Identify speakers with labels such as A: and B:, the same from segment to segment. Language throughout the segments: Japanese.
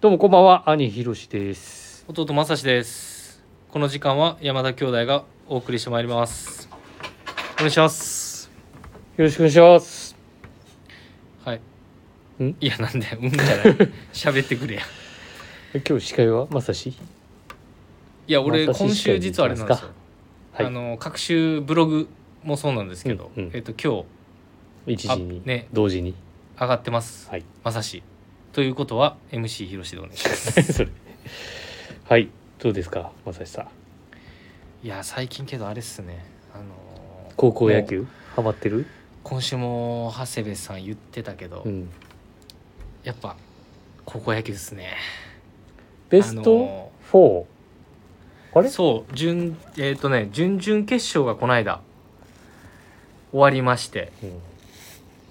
A: どうもこんばんは兄ひろしです
B: 弟まさしですこの時間は山田兄弟がお送りしてまいりますお願いします
A: よろしくお願いします
B: はい
A: ん
B: いやなんだようんじ ゃない喋ってくれや
A: え今日司会はまさし
B: いや俺
A: まさし
B: 今週実はあれなんですよ
A: はい
B: あの各週ブログもそうなんですけど、
A: うんうん
B: えっと今日
A: 一時に、
B: あね
A: 同時に
B: 上がってます
A: はい
B: まさしということは MC ひろしでお願いします
A: それはいどうですかまさしさん
B: いや最近けどあれっすねあの
A: 高校野
B: もう
A: 球ハマってる
B: 今週も長谷部さん言ってたけど、
A: うん
B: やっぱ高校野球ですね
A: ベス
B: あ
A: ト
B: の
A: 4あれ
B: そう準えっ、とね準々決勝がこの間終わりまして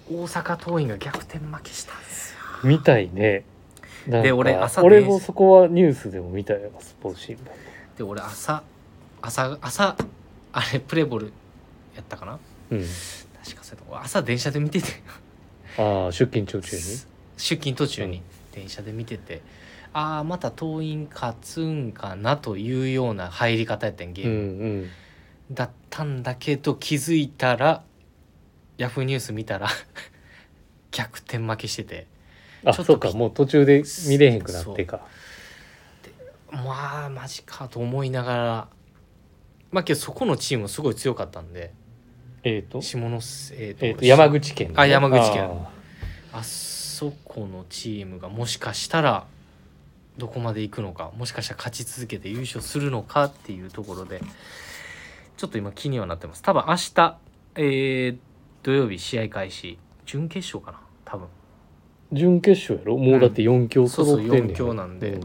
A: う
B: 大阪桐蔭が逆転負けしたんですよ
A: んみたいねなんか
B: で俺朝ね
A: 俺もそこはニュースでも見たよスポーツ新聞
B: で俺朝朝朝あれプレーボールやったかな
A: うん
B: 確かそれと朝電車で見てて
A: ああ出勤中中に
B: 出勤途中
A: う
B: に
A: ん
B: 電車で見ててああまた桐蔭勝つんかなというような入り方やったんゲー
A: うん
B: ム、
A: うん
B: だったんだけど気づいたらヤフーニュース見たら 逆転負けしてて
A: あ
B: ちょっ
A: そ
B: と
A: うか
B: び
A: もう途中で見れへんくなってか
B: まあマジかと思いながらまあけどそこのチームすごい強かったんで
A: えっ、と,、
B: 下のすえーと
A: えー、と山口県のね、
B: あ山口県
A: あ
B: あそこのチームがもしかしたらどこまで行くのかもしかしたら勝ち続けて優勝するのかっていうところでちょっと今気にはなってます多分明日、えー土曜日試合開始準決勝かな多分
A: ー準決勝やろもうだって4強揃ってんねん
B: そうそう四強なんで
A: う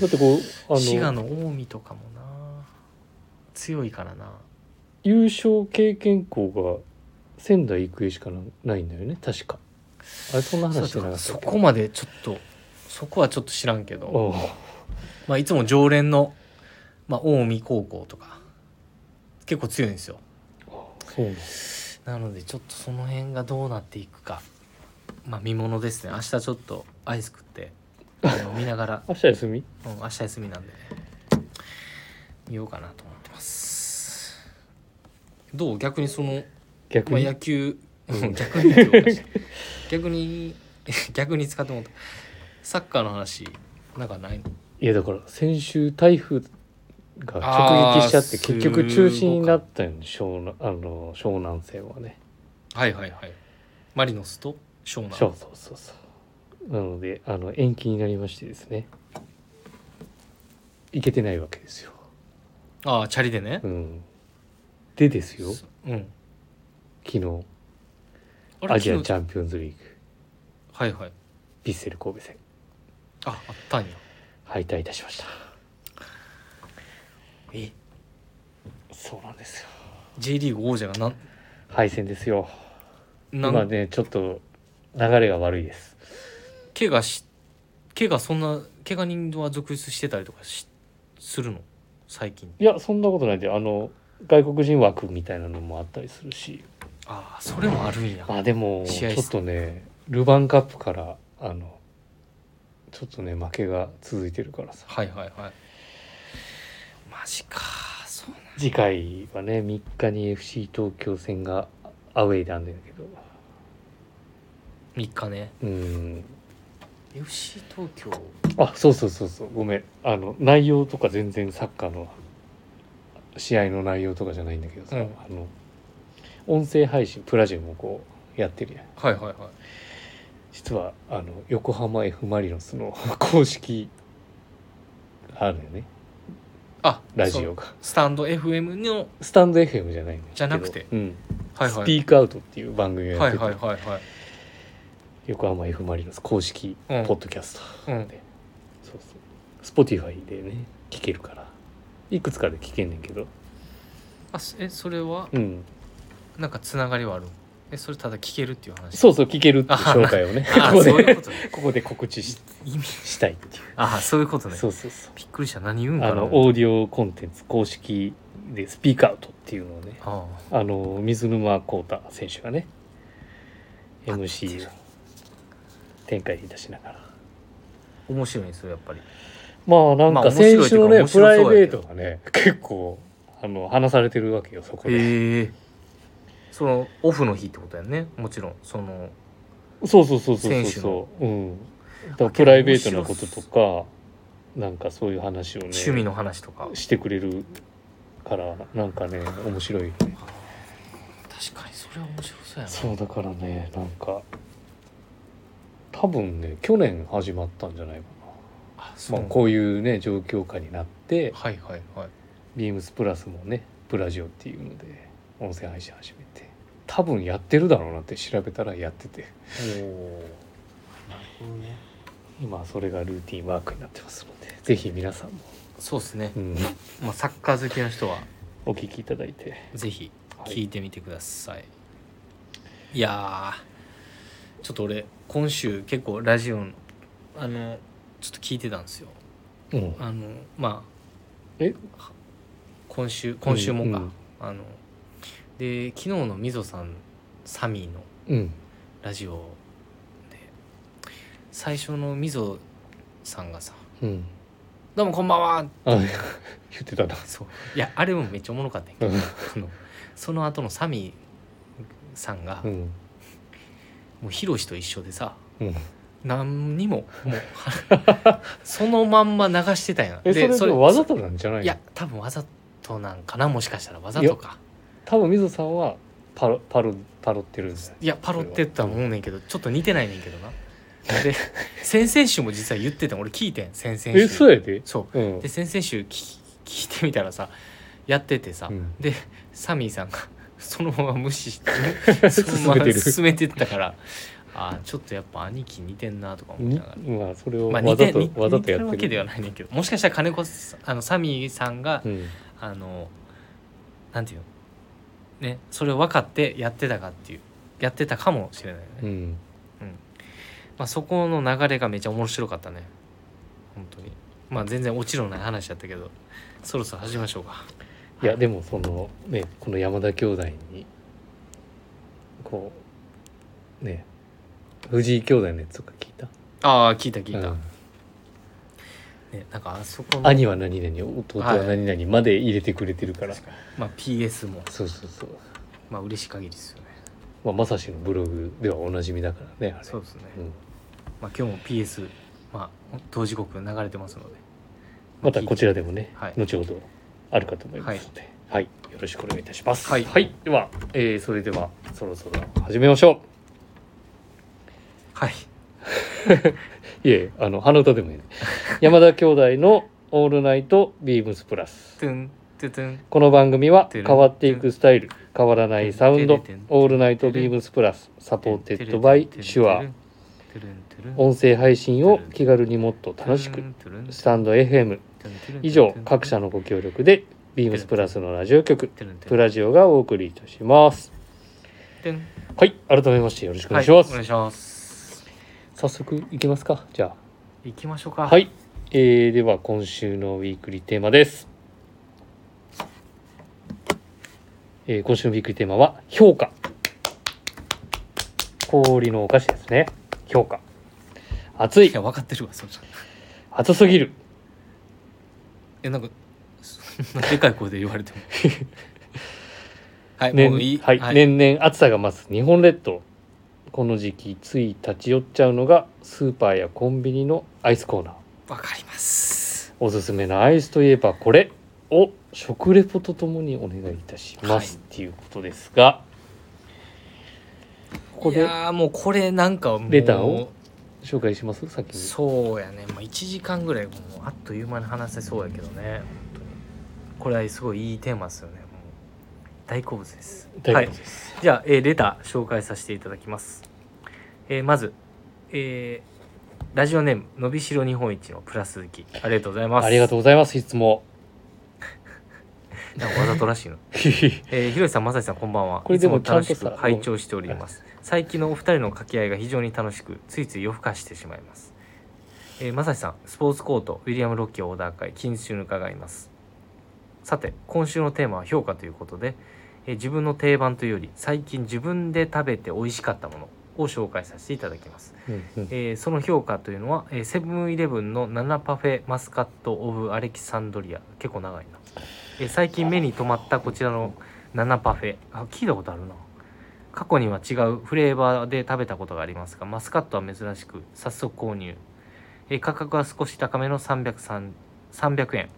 A: だってこうあ
B: 滋賀
A: の
B: の近江とかもな強いからな
A: 優勝経験校が仙台育英しかなないんだよね確かあれそんな話
B: そうだ
A: してなか
B: か
A: っ
B: ら
A: た
B: そ
A: っけ
B: こまでちょっとそこはちょっと知らんけど、
A: うん
B: まあ、いつも常連の、まあ、近江高校とか結構強いんですよ
A: そうなんだ
B: なのでちょっとその辺がどうなっていくかまあ見ものですね明日ちょっとアイス食ってあの見ながら、
A: 明日休み
B: うん、明日休みなんでね見ようかなと思ってますどう逆にその、
A: 逆
B: まあ、
A: に、
B: 野球
A: うん
B: 逆にっておかしい逆に 逆に使ってもらったサッカーの話なんかないの
A: いやだから先週台風が
B: あ
A: 直
B: ー
A: 撃しちゃって結局中止になったよね湘南あの湘南戦はね
B: はいはいはいマリノスと湘南
A: そうそうそうそうなのであの延期になりましてですね行けてないわけですよ、
B: ああチャリでね
A: うん、でですよ
B: うん
A: 昨日
B: あれ
A: アジア
B: 昨日
A: チャンピオンズリーグ
B: はいはい
A: ヴィッセル神戸戦
B: ああったんや
A: 敗退いたしました
B: え
A: そうなんですよ
B: J リーグ王者がなん
A: 敗戦ですよ
B: なん
A: 今ねちょっと流れが悪いです
B: 怪我し怪我そんな怪我人は続出してたりとかしするの最近
A: いやそんなことないであの外国人枠みたいなのもあったりするし
B: ああそれもあるんや
A: まあでもち
B: 試合
A: ょっとねルヴァンカップからあのちょっとね負けが続いてるからさ
B: はいはいはいマジかそうなん
A: 次回はね3日に FC 東京戦がアウェイなんだけど
B: 3日ね
A: うーん
B: FC 東京
A: あそうそうそうそうごめんあの内容とか全然サッカーの試合の内容とかじゃないんだけどさ、
B: うん
A: あの音声配信プラジオもこうやってるやん
B: はいはいは
A: 実はあの横浜 F ・マリノスの 公式あるよね
B: いあ
A: ラジ
B: そう
A: オが
B: スタンド FM の
A: スタンド FM じゃないんだけど
B: じゃなくて
A: うん
B: はい
A: ス
B: は
A: ピ
B: い
A: ークアウトっていう番組をや
B: は
A: って
B: い
A: て、
B: はいはいはい
A: 横浜 F ・マリノス公式ポ
B: うん
A: ッドキャスト、
B: うん
A: そうそうスポティファイでね聞けるからいくつかで聞けんねんけど
B: あすえそれは
A: うん
B: なんかつながりはあるのえそれただ聞けるっていう話
A: そうそう聞けるって紹介をね
B: あ
A: ここ
B: そういう
A: で
B: ことね
A: ここで告知し
B: 意味
A: したいっていう
B: ああそういうことね
A: そうそうそう
B: びっくりした何言うんか
A: あ
B: な
A: のオーディオコンテンツ公式でスピークアウトっていうのをね
B: ああ
A: あの水沼宏太選手がね
B: あ
A: MC を展開いたしながら
B: 面白いんですよやっぱり
A: まあなん
B: まあ
A: か選手のね、
B: 面
A: プ
B: 白
A: ラ
B: い
A: イ
B: とか
A: ベートがね結構あの話されてるわけよそこで、
B: へえそのオフの日ってことやんねもちろんその
A: そうそうそうそうそう
B: 選手の
A: そう、うん、だからプライベートなこととかなんかそういう話をね
B: 趣味の話とか
A: してくれるからなんかね面白いよね
B: 確かにそれは面白そうやな
A: そうだからねなんか多分ね去年始まったんじゃないか
B: あそ
A: な、
B: う
A: まあ、こういうね状況下になって
B: はいはいはい
A: ビームスプラスもねプラジオっていうので音声配信始めて多分やってるだろうなって調べたらやってて
B: おおなるほどね
A: 今それがルーティンワークになってますのでぜひ皆さんも、
B: そうですね
A: う、ん、
B: まあ、サッカー好きな人は
A: お聞きいただいて、
B: ぜひ
A: はい
B: 聞いてみてください、い、やーちょっと俺今週結構ラジオのあのちょっと聞いてたんですよ
A: うん、
B: あのまあ
A: え
B: 今週今週も
A: う
B: か、
A: んうん
B: あので昨日のみぞさんサミーの
A: うん
B: ラジオで最初のみぞさんがさ
A: うん
B: 「どうもこんばんは」
A: あ言ってたな
B: そういやあれもめっちゃおもろかったんやけどあのその後のサミーさんが、
A: うん
B: もうヒロシと一緒でさ
A: うん
B: 何に ももうそのまんま流してたんや
A: えそれでもわざとなんじゃないの
B: いや多分わざとなんかなもしかしたらわざとか
A: 多分水さんはパロパロパロってるんです
B: いやパロってたと思うねんけどちょっと似てないねんけどな で先々週も実は言ってたん俺聞いてん先々週
A: えそうやで
B: そ
A: うん
B: うで先々週聞き聞いてみたらさやっててさ、
A: うん
B: でサミーさんが そのまま無視して そ
A: 進め
B: のま
A: て
B: ま
A: る
B: 進めてったからあーちょっとやっぱ兄貴似てんなとか思い
A: に
B: ながら。
A: まあそれを
B: まあ、
A: わ
B: 似
A: ざ
B: て
A: と、
B: 似
A: わざ
B: 似
A: と
B: て
A: や
B: る
A: っ
B: わ
A: て
B: けでは
A: る
B: ないねんけどもしかしたら金子さんあのサミーさんが、
A: うん
B: あのなんていうのねそれを分かってやってたかっていうやってたかもしれないよね、
A: うん
B: まあ、そこの流れがめちゃ面白かったね本当にまあ全然落ちのない話だったけどそろそろ始めましょうか
A: いやでもそのねこの山田兄弟にこうね藤井兄弟のやつとか聞いた
B: ああ聞いた聞いた、
A: うん
B: ねなんかあそこの
A: 兄は何々弟は何々まで入れてくれてるから、
B: 確まあ PS も
A: そうそうそう、
B: まあ嬉しい限りですよね
A: まあ、まさしのブログではおなじみだからねあれ
B: そうですね、
A: うん
B: まあ今日も PS まあ同時刻流れてますので
A: またこちらでもね、
B: はい
A: 後ほどあるかと思いますので、はいよろしくお願いいたします。
B: はい
A: では、えーそれではそろそろ始めましょ
B: は
A: う。
B: い、
A: いえ、あの鼻歌で もいいね。山田兄弟のオールナイトビームスプラス。
B: トゥントゥトゥン
A: この番組は変わっていくスタイル、変わらないサウンド、オールナイトビームスプラス、サポーテッドバイシュア。音声配信を気軽にもっと楽しく、スタンド FM。以上、各社
B: の
A: のご協力で、ビームスプラスのラジオ局、プラジオがお送りいたします。はい、改めましてよろしくお願いします。
B: お願いします
A: 早速いきますか。じゃ
B: 行きましょう
A: あ、
B: か
A: はい、えー、では今週のウィークリーテーマです。えー、今週のウィークリーテーマは評価。氷のお菓子ですね。評価。熱
B: い
A: い
B: や、分かってるわそれ
A: 熱すぎる。
B: えなんかそんなでかい声で言われてもはい、もういい、
A: 年はい、年々暑さが増す日本列島。この時期つい立ち寄っちゃうのがスーパーやコンビニのアイスコーナー。
B: わかります
A: おすすめのアイスといえばこれを食レポとともにお願いいたします、っ
B: は
A: ていうことですがここ
B: い
A: で
B: やーもうこれなんかもう
A: レターを紹介します先に
B: そうやね、まあ、1時間ぐらいもうあっという間に話せそうやけどね本当にこれはすごいいいテーマですよねもう大好物です
A: 大丈夫です、
B: じゃあ、えーレター紹介させていただきます。えーまず、えーラジオネーム、のびしろ日本一のプラスきありがとうございます。
A: ありがとうございますいつも
B: なんかわざとらしいの。えー、ひろしさん、まさしさん、こんばんは。
A: これでも
B: いつ楽し
A: ちゃん
B: く
A: とさ
B: 拝聴しております。最近のお二人の掛け合いが非常に楽しく、ついつい夜更かししてしまいます。えー、まさしさん、スポーツコート、ウィリアム・ロッキーオーダー会、近日中に伺います。さて、今週のテーマは評価ということで、えー自分の定番というより、最近自分で食べて美味しかったもの、を紹介させていただきます、
A: うんうん
B: えーその評価というのはえーセブンイレブンの7パフェマスカット・オブ・アレキサンドリア結構長いな、えー最近目に留まったこちらの7パフェあ聞いたことあるな過去には違うフレーバーで食べたことがありますがマスカットは珍しく早速購入、えー価格は少し高めの303 300円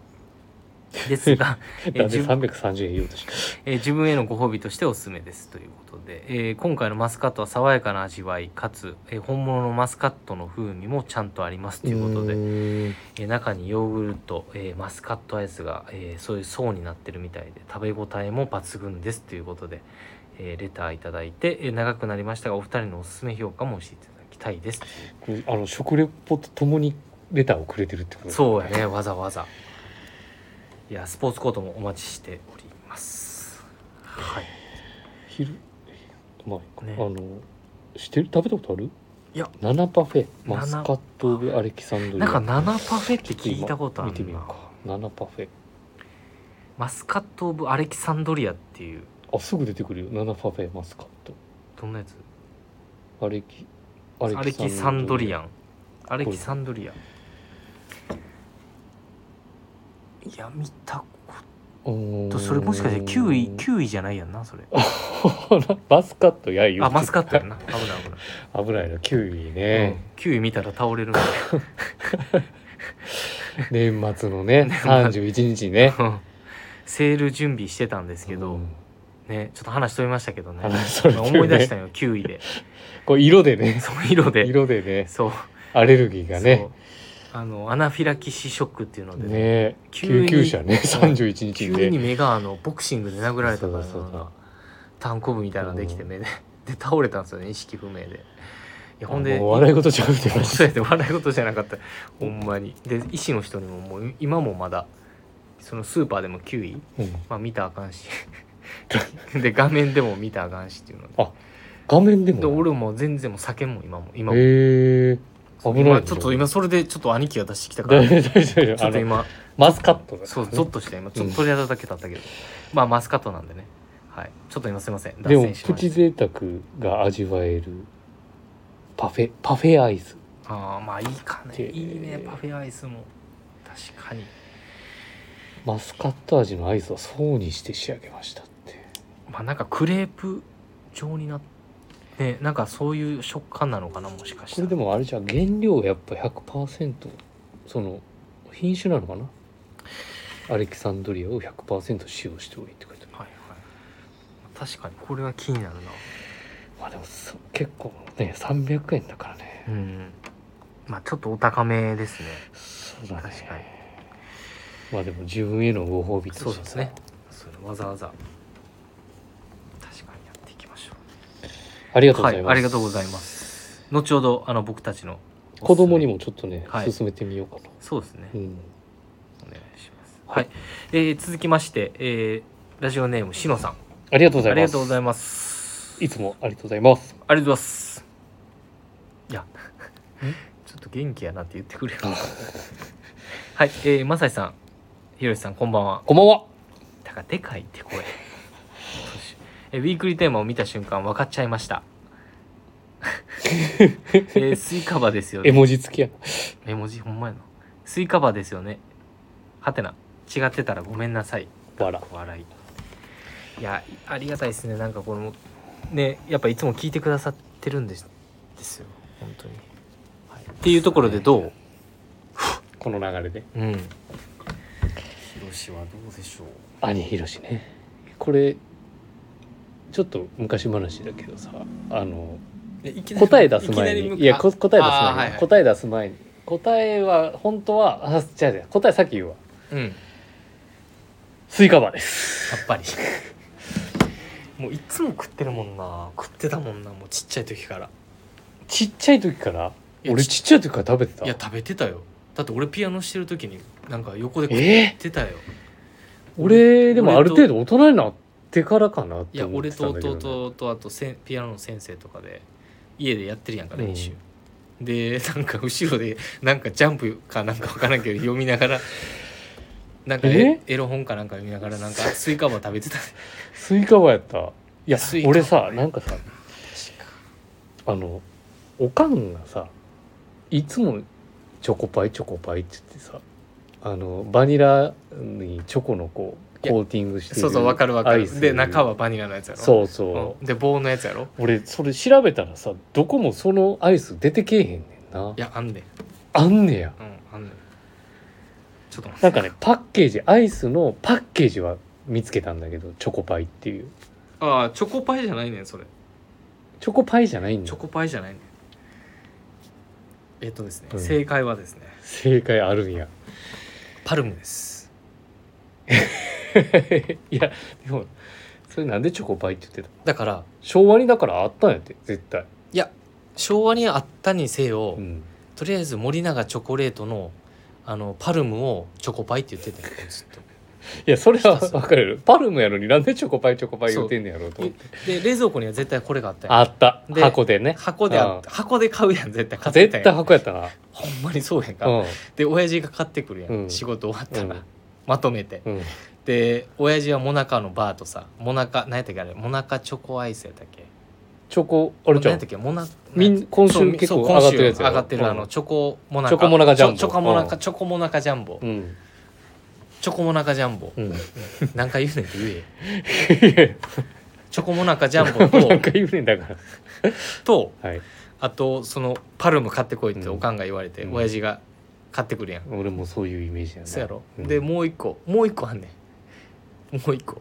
B: です が、えー
A: なんで
B: 自分
A: 330円言おうとした
B: えー自分へのご褒美としておすすめですということで、えー今回のマスカットは爽やかな味わいかつ、えー本物のマスカットの風味もちゃんとありますということ
A: で
B: で、えー中にヨーグルト、えーマスカットアイスが、えーそういう層になってるみたいで食べ応えも抜群ですということで、えーレターいただいて、えー長くなりましたがお二人のおすすめ評価もしていただきたいですという
A: あの食レポとともにレターをくれてるってこと
B: そうや ねわざわざいやスポーツコートもお待ちしておりますはい
A: 昼まあ、
B: ね
A: あのしてる食べたことある
B: いや
A: 7パフェ
B: ナナ
A: マスカット・オブ・アレキサンドリ
B: な
A: ア
B: んか7パフェって聞いたことあ
A: 見て
B: る
A: みよう
B: な
A: か7パフェ
B: マスカット・オブ・アレキサンドリアっていう
A: あすぐ出てくるよ7パフェマスカット
B: どんなやつ
A: アレキ
B: アレキサンドリアンアレ
A: れ
B: キサンドリアンいや見た
A: う
B: こ
A: ーん
B: とそれもしかして9位9位じゃないやんなそれ
A: マスカットや言うて
B: あマスカットや な危ない危な
A: 危な
B: い
A: いな9位ね、
B: 9位見たら倒 れるんだよ
A: 年末の ね31日ね
B: うんセール準備してたんですけど、
A: うん
B: ねちょっと話飛びましたけどね
A: 話 それてるね
B: 思い出したよ9位で
A: こう色でね
B: その色で
A: 色でね
B: そう
A: アレルギーが
B: そ
A: ね
B: うあのアナフィラキシーショックっていうのでね
A: ね
B: 急
A: 救
B: に
A: 急車ね31日
B: 急
A: で
B: に目があのボクシングで殴られたから
A: そうだそうだ
B: なんか単行部みたいなのできて目でで倒れたんですよね意識不明でいやほんで
A: あもう笑い事ちゃうって
B: 本
A: 話
B: 当やで笑い事じゃなかったほんまにで医師の人にももう今もまだそのスーパーでも9位、
A: うん
B: まあ、見たらあかん しで画面でも見たらあかんしっていうので
A: 画面でも
B: で俺も全然もう酒も今も今
A: へ
B: も、
A: え危ない
B: 今
A: ね
B: ちょっと今それでちょっと兄貴が出してきたから
A: 大
B: ち
A: 丈夫大丈夫
B: ょ
A: あ
B: っと
A: の
B: 今
A: マスカットだ
B: そう、ゾッとして、今、ちょっ
A: うん
B: と取り当ただけだったけど、まあ、マスカットなんでね。はい、ちょっと今すいません。
A: でも
B: 脱線し
A: プ
B: まし
A: チ贅沢が味わえるパフェパフェアイス
B: た。ああ、まあ、いいかね。
A: て
B: いいね、パフェアイスも。確かに。
A: マスカット味のアイスは層にして仕上げましたって
B: まあ、なんかクレープ状になって。ね、なんかそういう食感なのかな、もしかし
A: こ
B: た
A: れ
B: ら。
A: でもあれじゃん原料やっぱ100%その品種なのかなアレキサンドリアを100%使用しておりって書いてある
B: はい、はい。確かに、これは気になるな。
A: まあでもそ結構ね300円だからね
B: うん。まあ、ちょっとお高めですね。
A: そうだね
B: 確かに
A: まあでも自分へのご褒美として
B: そうですね。そうわざわざ。確かにやっていきましょう。
A: ありがとうございます、
B: はい、ありがとうございます。後ほどあの僕たちのおすすめ
A: 子供にもちょっとね、
B: はい
A: 進めてみようかと、
B: そうですね。
A: うん、
B: お願いします。はい、えー続きまして、えーラジオネームしのさん、
A: ありがとうござ
B: あ
A: い
B: り
A: ま
B: が
A: す
B: とうございます。
A: いつもありがとうございます
B: ありがとうございます。いや、ちょっと元気やなって言ってくれよ。 はい、えー、まさしさん、ひろしさん、こんばんは。
A: こんばんは
B: だからでかいって声 えウィークリーテーマを見た瞬間分かっちゃい ました、えースイカバですよ
A: 絵
B: ね
A: 文字付きや
B: 絵文字ほんまやなスイカバですよねはてな違ってたらごめんなさい
A: わら
B: 笑いいやありがたいですねなんかこのねやっぱいつも聞いてくださってるんですですよ本当に、はいっていうところでどう
A: この流れで
B: うん広しはどうでしょう
A: 兄ひろしねこれちょっと昔話だけどさあの答え出す前にいやこ答え出す前に、
B: はいはい
A: 答え出す前に答えは本当はあじゃあ答えさっき言うわ
B: うんやっ
A: スイカバーです
B: ぱり もういつも食ってるもんな食ってたもんなもうちっちゃい時から
A: ちっちゃい時から
B: いや
A: 俺ちっちゃい時から食べてた
B: いや食べてたよだって俺ピアノしてる時になんか横で食
A: えー
B: ってたよ
A: 俺でもある程度大人になってからかなっ
B: い
A: て
B: や
A: 思っ
B: 俺
A: てた
B: と
A: んだけど、ね、
B: 弟とあとせんピアノの先生とかで家でやってるやんか
A: うん
B: 練習、でなんか後ろでなんかジャンプかなんかわからんけど読みながらなんかエエロ本かなんか読みながらなんかスイカ バー食べてた
A: スイカバーやったいや
B: スイカバー
A: 俺さなんかさあのおかんがさいつもチョコパイチョコパイって言ってさあのバニラにチョコのこう
B: いや
A: コーティングしてる
B: そうそうわかるわか
A: アイス
B: るで中はバニラのやつやろ
A: そうそう
B: うん、で棒のやつやろ
A: 俺それ調べたらさどこもそのアイス出てけえへんねんない
B: やあんねん
A: あんねや
B: うんあんねんちょっと待って
A: なんかねパッケージアイスのパッケージは見つけたんだけどチョコパイっていう
B: ああチョコパイじゃないねんそれ
A: チョコパイじゃないん
B: チ
A: だ
B: ョコパイじゃないねんえっとですね、
A: うん
B: 正解はですね
A: 正解あるんや
B: パルムです
A: いやでもそれなんでチョコパイって言ってたの
B: だから
A: 昭和にだからあったんやって絶対
B: いや昭和にあったにせよ、
A: うん
B: とりあえず森永チョコレートのあのパルムをチョコパイって言って たよずっと
A: いやそれは分かるパルムやのになんでチョコパイチョコパイ言うてんねやろうと思って
B: で冷蔵庫には絶対これがあったやん
A: あった
B: で
A: 箱でね
B: 箱であっ
A: う
B: 箱で買うやん絶対買ってた
A: 絶
B: や
A: 対
B: ん
A: 箱やったな
B: ほんまにそうやんか、
A: うん
B: で親父が買ってくるやん、
A: うん
B: 仕事終わったら、
A: うん
B: まとめて
A: うん
B: で親父はモナカのバーとさモナカ何やったっけあれモナカチョコアイスやったっけ
A: チョコあれじゃ
B: 何や
A: ん
B: ったっけモナ
A: みん今
B: そ
A: 週
B: う
A: 結構
B: そう
A: 上がってるやつや
B: 今週
A: ろ
B: 上がってるあのチョコモナカ
A: チョコモナカジャンボ
B: チョチョコモナカ
A: うん
B: チョコモナカジャンボ
A: うん
B: チョコモナカジャ
A: う
B: ンボ
A: ん
B: 何回言うねんって言え
A: い や
B: チョコモナカジャンボ
A: なんか
B: と
A: 言うねんだか
B: と
A: らはい
B: あとそのパルム買ってこいっておかんが言われて、
A: うん
B: 親父が買ってくるやん、
A: 俺もそういうイメージやな
B: そうやろ、
A: うん
B: でもう一個もう一個あんねんもう一個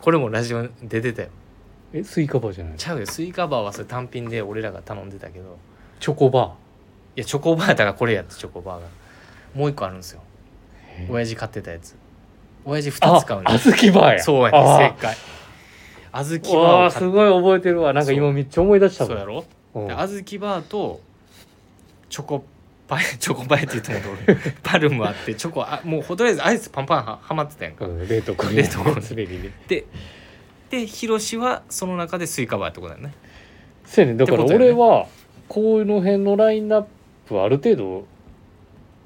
B: これもラジオで出たよ
A: えスイカバーじゃない
B: ちゃうよスイカバーはそれ単品で俺らが頼んでたけど
A: チョコバ
B: いやチョコバーだ からこれやってチョコバーがもう一個あるんですよ
A: ー
B: 親父買ってたやつ親父二
A: あ
B: つ買うね
A: あ
B: ん
A: ずきバーや
B: そうやねん正
A: あ
B: 解小
A: ー
B: 豆バー
A: わ
B: を
A: ー
B: 買
A: す
B: っ
A: ごい覚えてるわなんか今めっちゃ思い出したも
B: そうんやろ
A: うん
B: で小豆バーとチョコパイ チョコパイって言ってもどうパルムあってチョコあもうほとりあえずアイスパンパンははまってたやんか
A: うん冷凍庫に
B: 冷凍庫に
A: 常にね
B: でで広しはその中でスイカバーってことだよね
A: そうやねだから
B: ってことや
A: 俺
B: ね
A: はこの辺のラインナップはある程度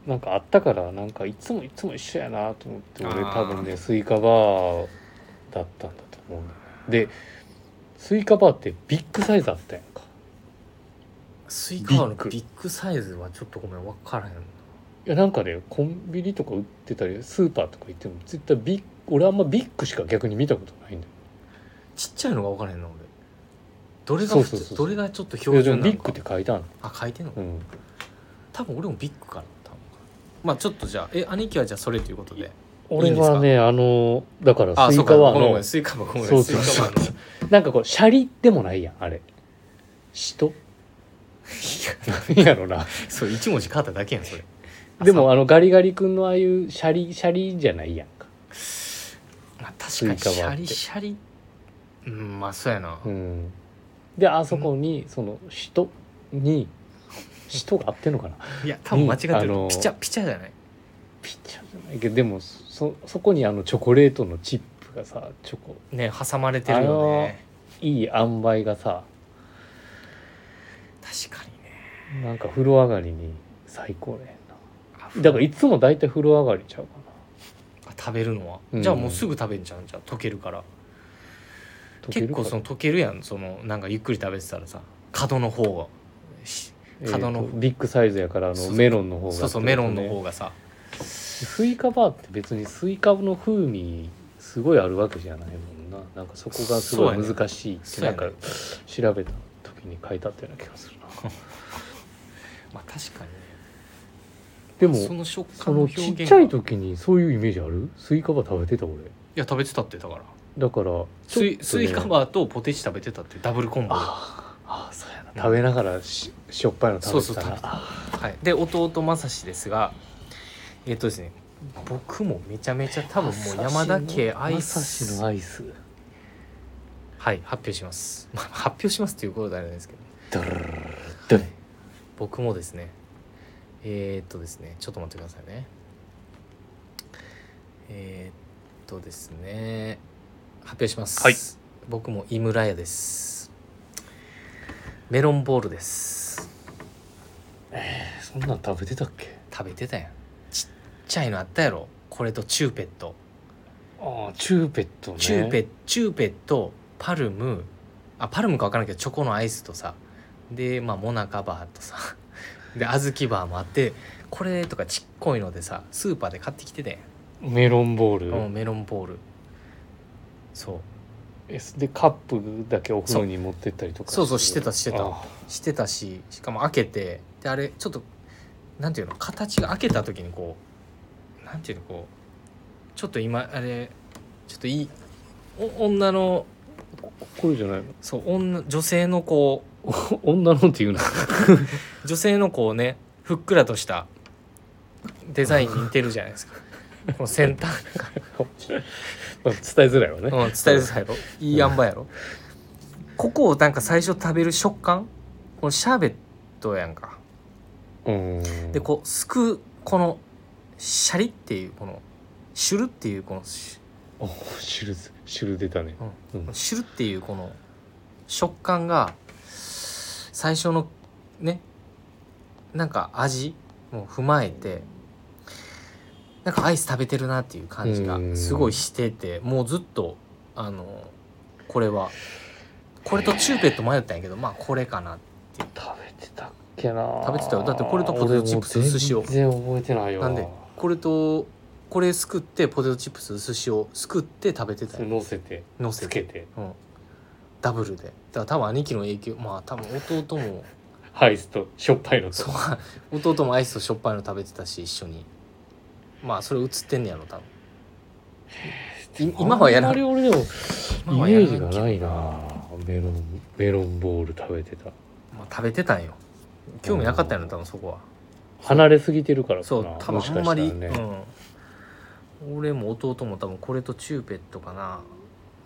A: なんかあったからなんかいつもいつも一緒やなと思って俺
B: あー
A: 多分ねスイカバーだったんだと思うのでスイカバーってビッグサイズあったやんか
B: スイカバーの
A: ビッグ
B: ビッグサイズはちょっとごめん分からへん
A: いやなんかねコンビニとか売ってたりスーパーとか行っても絶対ビッグ俺あんまビッグしか逆に見たことないんだよ
B: ちっちゃいのが分からへんな俺どれが
A: そう
B: 普
A: そうそうそ
B: 通
A: う
B: どれがちょっと
A: いや
B: 標
A: で
B: 準
A: も
B: な
A: ビ
B: の
A: ッグ
B: か
A: って書いたん
B: あ書いてんの
A: うん
B: 多分俺もビッグかな多分まあちょっとじゃあえ兄貴はじゃあそれということでいい
A: 俺
B: んですか
A: はねあのだから
B: あ
A: ス
B: そう
A: イ
B: か
A: カは
B: ご
A: あ
B: めんご
A: の
B: めんスイカバーごめん
A: そうそ
B: スイ
A: う
B: カ
A: そう
B: バーの
A: なんかこうシャリでもないやんあれシトなんやろな
B: そう一文字変わっただけやんそれ
A: でもあのガリガリ君のああいうシャリシャリじゃないやんか
B: まあ、確かに
A: ス
B: シ
A: イカバーっ
B: ャ
A: て
B: リシャリうんまあそうやな、
A: うんであそこにそのシトにシトが合ってんのかない
B: や多分間違ってる、
A: あのー
B: ピチャピチャじゃない
A: ピッチャーじゃないけどでもそそこにあのチョコレートのチップがさチョコ
B: ね挟まれてるよね
A: いい塩梅がさ
B: 確かにね
A: なんか風呂上がりに最高だよ
B: あ
A: なだからいつも大体風呂上がりちゃうか
B: あ食べるのは、
A: うん
B: じゃあもうすぐ食べんじゃうんじゃあ溶けるから
A: な
B: 結構そ
A: の
B: の溶けるやんそのなんかゆっくり食べてたらさ角の方がし角の
A: ビッグサイズやからあ
B: そう
A: の
B: そう
A: メロンの方が
B: そうそうメロンの
A: ってことね
B: 方がさ
A: スイカバーって別にスイカの風味すごいあるわけじゃないもんななんかそこがすごい
B: そうやね
A: 難しいって
B: そう
A: な
B: や
A: ん
B: ね
A: か調べた時に書いてあったような気がするな
B: まあ確かにね
A: で
B: そ
A: も
B: の食
A: そ
B: 感の
A: の
B: 表
A: ちっ
B: 現が
A: ちゃい時にそういうイメージあるスイカバー食べてた俺
B: いや食べてたってだから
A: だから
B: スイスイカ
A: ー
B: バーとポテチ食べてたってダブルコンボで
A: あーあーそうやな食べながらししょっぱいの食べてた
B: そうそう食べ
A: ら
B: て
A: あ
B: はい、で弟正志ですがえっとですね僕もめちゃめちゃ多分もう山田家アイ
A: 朝日
B: ス
A: のアイス
B: はい発表します、まあ、発表しますということであれなんですけ
A: ド
B: ど
A: ゥルルルルルドゥン
B: 僕もですねえーっとですねちょっと待ってくださいねえーっとですね発表します、
A: はい
B: 僕も井村屋ですメロンボールです
A: えそんなん食べてたっけ
B: 食べてたやんちっちゃいのあったやろこれとチューペット
A: ああチューペットね
B: チューペチューペットパルムあパルムか分からんけどチョコのアイスとさでまあモナカバーとさ で小豆バーもあってこれとかちっこいのでさスーパーで買ってきてて、
A: メロンボー
B: うん
A: ル、
B: メロンボールそう
A: えでカップだけお風呂に持ってったりとか
B: そうそうしてたしてた
A: あ
B: してたししかも開けてであれちょっとなんていうの形が開けた時にこうなんていうのこうちょっと今あれちょっといいお女の
A: これじゃないの
B: そう女女性のこう
A: 女のって いうな
B: 女性のこうねふっくらとしたデザインに似てるじゃないです かこの先端
A: まあ伝えづらいわね、
B: うん、伝えるさやろいい塩梅やろ、ここをなんか最初食べる食感このシャーベットやんか
A: うん
B: でこうすくうこのシャリっていうこのシュルっていうこのシ
A: お汁ず汁出たねうん
B: ュシュルっていうこの食感が最初のねなんか味も踏まえてなんかアイス食べてるなっていう感じがすごいしててもうずっとあのこれはこれとチューペット迷ったんやけどまあこれかな
A: 食べてたっけな
B: 食べてたよだってこれとポテトチップス
A: 俺もう
B: 寿司を
A: 全然覚えてないよ
B: なんでこれとこれすくってポテトチップス寿司をすくって食べてたよ
A: 乗せて
B: のせ
A: つ
B: て
A: けて
B: うん、ダブルでだから多分兄貴の影響まあ多分弟も
A: ハイスとしょっぱいのと
B: そう 弟もアイスとしょっぱいの食べてたし一緒にまあそれ映ってんねやろ多分い今はやら
A: あ
B: ん
A: んまり俺でも
B: 今は
A: イメ
B: やらん
A: ージがないなメロンメロンボール食べてた
B: まあ、食べてたんよ興味なかったんやろ多分そこは
A: 離れすぎてるからか
B: そう
A: な
B: 多
A: も
B: 分
A: し
B: あ
A: か
B: ん
A: し
B: ま
A: たら
B: り、
A: ね、
B: うん、俺も弟も多分これとチューペットかな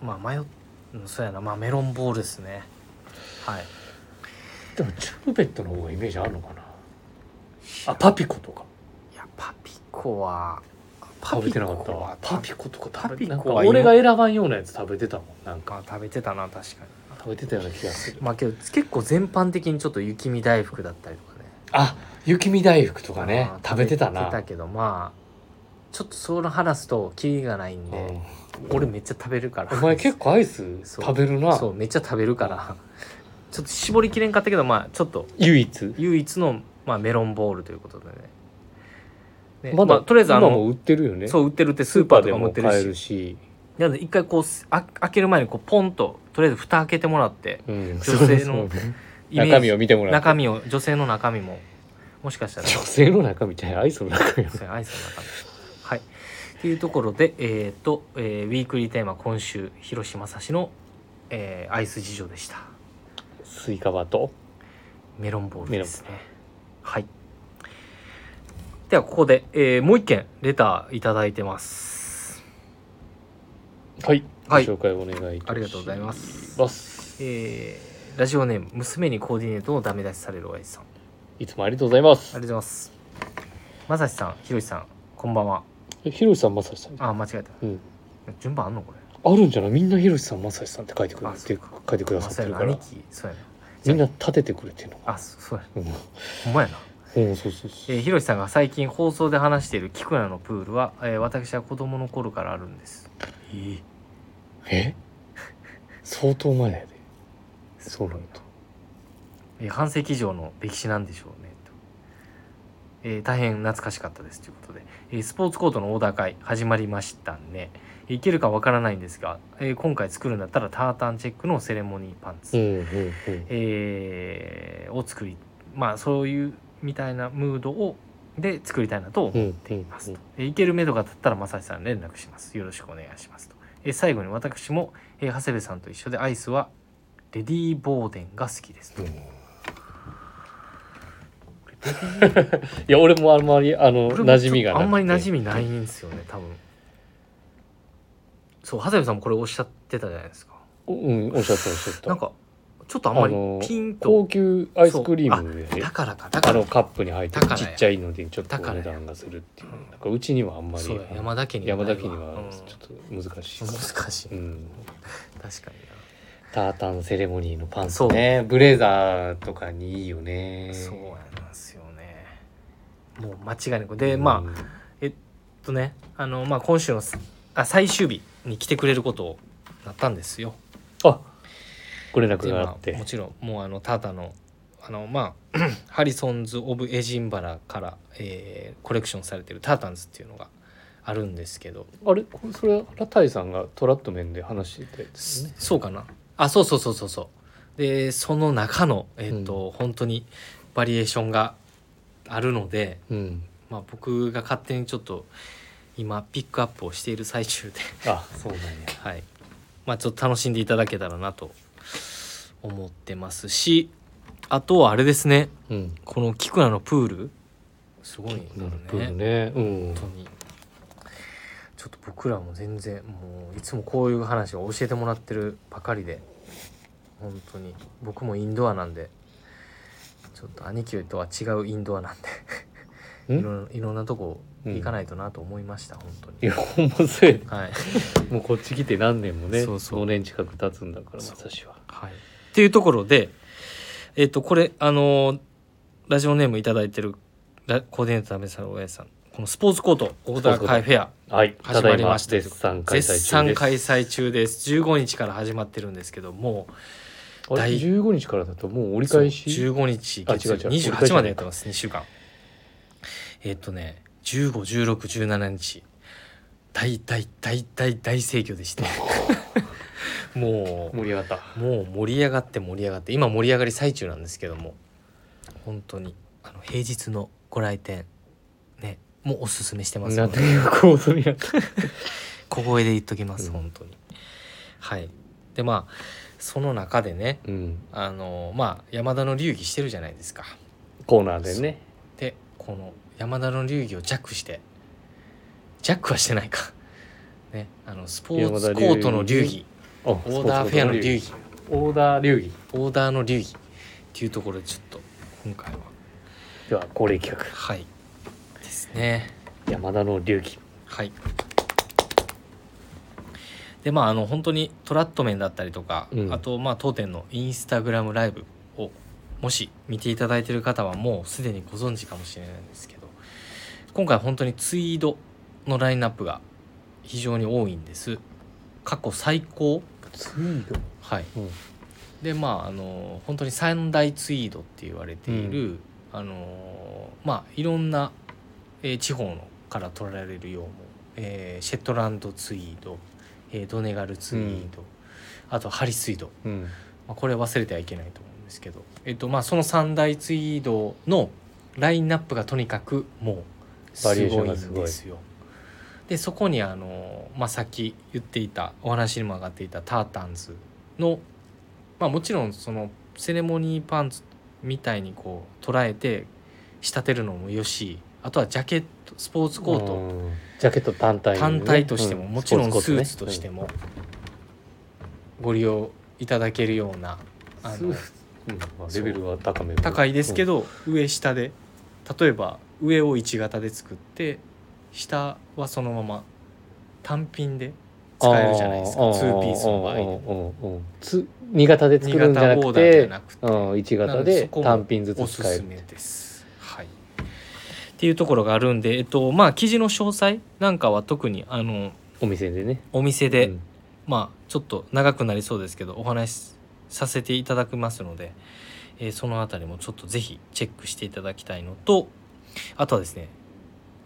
B: まあ迷っうんそうやなまあメロンボールですねはい
A: でもチューベットの方がイメージあるのかなあパピコとか
B: いやパピコは
A: 食べてなかったわ
B: パ
A: パ
B: ピ
A: ピ
B: コ
A: コとか
B: パ
A: 食べ
B: ピコ
A: てなんか
B: は今
A: 俺が選ばんようなやつ食べてたもんなんか
B: は食べてたな確かに
A: 食べてたような気がする
B: まあけど結構全般的にちょっと雪見大福だったりとかね
A: あ雪見大福とかね
B: まあ
A: 食べてた
B: 食べて
A: な
B: たけどまあちょっとその話すとキリがないんで、俺めっちゃ食べるから
A: うんお前結構アイス
B: そう
A: 食べるな
B: そうめっちゃ食べるからちょっと絞りきれんかったけどまあちょっと
A: 唯一
B: 唯一の、まあ、メロンボールということでねね
A: まだ、
B: あとりあえずあ
A: 今も
B: の
A: 売ってるよね
B: そう売ってるってスーパーとかも売ってる
A: スーパーでも買え
B: し
A: るし、
B: なので一回こうすあ開ける前にこうポンととりあえず蓋開けてもらって
A: うん、
B: 性の
A: そうそう
B: イメージ
A: 中身を見てもらって
B: 中身を女性の中身ももしかしたら
A: 女性の中みたいなアイスの中身
B: すいませんアイスの中身はいっていうところでえっ、と、えーウィークリーテーマ今週広島さしの、えーアイス事情でした
A: スイカバーと
B: メロンボールですねはいではここで、えーもう一件レターいただいてます
A: はい、
B: はい
A: ご紹介お願いいたします
B: ありがとうございます
A: ます
B: えーラジオネーム娘にコーディネートをダメ出しされる親父さん
A: いつもありがとうございま
B: ありがと
A: す
B: うございます。まさしさん、ひろしさん、こんばんは。
A: えひろしさんまさしさん
B: あ、間違えた。
A: うん
B: 順番あんのこれ。
A: あるんじゃないみんなひろしさんまさしさんって書いてくれ
B: あ
A: て
B: そ
A: 書
B: うか
A: いてくださ
B: まさ
A: って
B: や
A: る
B: の
A: から
B: 兄貴、そうや
A: みんな立ててくれてるの
B: な。あ、そそうやな。
A: うん
B: ほんまやな。
A: うんそうそうそ
B: え
A: う
B: ー、ひろしさんが最近放送で話しているキクナのプールは、えー私は子供の頃からあるんです。え
A: え相当前やでそうなんだ
B: えー半世紀以上の歴史なんでしょうねと、えー大変懐かしかったですということで、えースポーツコートのオーダー会始まりましたねいけるかわからないんですが、えー今回作るんだったらタータンチェックのセレモニーパンツ、
A: うんうんうん
B: えーを作りまあそういうみたいなムードをで作りたいなと思
A: う
B: い
A: んうんうん
B: ますと、えー行ける目処が立ったら正志さん連絡しますよろしくお願いしますと、えー最後に私も、えー長谷部さんと一緒でアイスはレディー・ボーデンが好きですと、
A: うん
B: レディー
A: いや俺もあんまりあの
B: 俺も
A: 馴染みがな
B: ちょっとあんまり馴
A: み
B: 染みないんですよね多分そう長谷部さんもこれおっしゃってたじゃないですか
A: うんおっしゃったおっしゃった
B: なんかちょっとあんまり
A: あのー
B: ピンと、
A: 高級アイスクリームで
B: だからかだか
A: あ
B: ら
A: のカップに入ってる
B: だから
A: ち
B: や
A: っちゃいのでちょっと
B: だ
A: お
B: からや
A: 値段がするっていうなんかうちにはあんまり
B: そうや山田家には
A: 山
B: ないわ
A: 田家には
B: うん
A: ちょっと難しい、
B: 難しい
A: うん、
B: 確かに
A: タータンセレモニーのパンツ
B: そう
A: ねブレザーとかにいいよね
B: なそうやなんすよねもう間違いなくでまあえっとねあの、まあ、今週のすあ最終日に来てくれることをなったんですよ
A: ああご連絡
B: で
A: があ
B: ま
A: っ
B: あも
A: て
B: ちろんもうあのタータンのあのまあ ハリソンズ・オブ・エジンバラから、えーコレクションされてるタータンズっていうのがあるんですけど、
A: あれこれそれはラタイさんがトラット面で話してたやつね。
B: そうかなあそうそうそうそうそうでその中のえっ、と、本当にバリエーションがあるので、
A: うん。
B: まあ、僕が勝手にちょっと今ピックアップをしている最中で
A: あそうなんや。
B: はいまあちょっと楽しんでいただけたらなと思ってますしあとはあれですね
A: うん。
B: このキクナのプールすごいね
A: なるプールね。うん
B: 本。当にちょっと僕らも全然もういつもこういう話を教えてもらってるばかりで本当に僕もインドアなんでちょっと兄貴とは違うインドアなんで
A: ん
B: いろんいろんなとこ行かないとなと思いました、本当
A: い
B: に
A: やほんまそうや
B: はい
A: もうこっち来て何年もね
B: そうそう
A: 5年近く経つんだから
B: そう
A: 私は
B: はい、っていうところで、えっとこれあのーラジオネームいただいてるラコーディネーターべさんおやさんこのスポーツコートオーダーカイフェア
A: はいた
B: 始
A: だ
B: ま
A: い
B: り
A: ま
B: ました
A: 絶賛開催中で
B: 絶
A: す
B: 賛開催中です15日から始まってるんですけども
A: あれ
B: 第
A: 15日からだともう折り
B: そう
A: 返し
B: 15日
A: あ
B: 月曜日
A: 違う違う
B: 28までやってます2週間えっとね151617日大大大大大盛況 でしてもう
A: 盛り上がった
B: もう盛り上がって盛り上がって今盛り上がり最中なんですけども本当にあの平日のご来店ねもうおすすめしてます
A: な
B: の
A: んて
B: で
A: いう構造になった
B: 小声で言っときます、
A: うん
B: 本当にはいでまあその中でね
A: うん
B: あのまあ山田の流儀してるじゃないですか
A: コーナーでね
B: でこの山田の流儀をジャックしてジャックはしてないか ねあのスポーツコートの流儀
A: オ
B: オーダーフェアの流儀
A: オーダー流儀
B: オーダーの流儀っていうところでちょっと今回は
A: では恒例企
B: はいですね
A: 画山田の流儀
B: はいでまああの本当にトラット面だったりとか、
A: うん
B: あとまあ当店のインスタグラムライブをもし見ていただいている方はもうすでにご存知かもしれないんですけど今回本当にツイードのラインナップが非常に多いんです過去最高
A: ツイード
B: はい
A: うん
B: でまああの本当に三大ツイードって言われている、あのまあいろんな、えー地方のから取られる羊毛、えーシェットランドツイード、えードネガルツイード、あとハリツイード、
A: うん
B: まあ、これ忘れてはいけないと思うんですけど、えっとまあ、その三大ツイードのラインナップがとにかくもうす
A: バリエーション
B: ごいん
A: が
B: ですす
A: ごい
B: よ。でそこにあの、まあ、さっき言っていたお話にも上がっていたタータンズの、まあ、もちろんそのセレモニーパンツみたいにこう捉えて仕立てるのもよしあとはジャケットスポーツコート、
A: うんジャケット単体のね
B: 単体としても、
A: う
B: もちろん
A: ポ
B: ス
A: ー
B: ー
A: ツ
B: ツ
A: コ
B: と
A: ね
B: してもご利用いただけるような
A: うん
B: あ
A: スー
B: の
A: ツうんまあレベルは高め
B: 高いですけ
A: ど
B: ど、上下で例えば上を一型で作って下はそのまま単品で使えるじゃないですか2ピースの場合で
A: 合つ2型で作
B: 2
A: るんじゃな
B: 型
A: く
B: オーダーで
A: て
B: はなくて
A: うん、1
B: な
A: 型
B: ので
A: で
B: そこも
A: 単品ず
B: お
A: つ
B: す
A: 使え
B: す
A: る
B: めです。はい、っていうところがあるんで、えっとまあ、記事の詳細なんかは特にあの
A: お店でね
B: お店で、
A: うん
B: まあちょっと長くなりそうですけどお話しさせていただきますので、えーそのあたりもちょっとぜひチェックしていただきたいのとあとはですね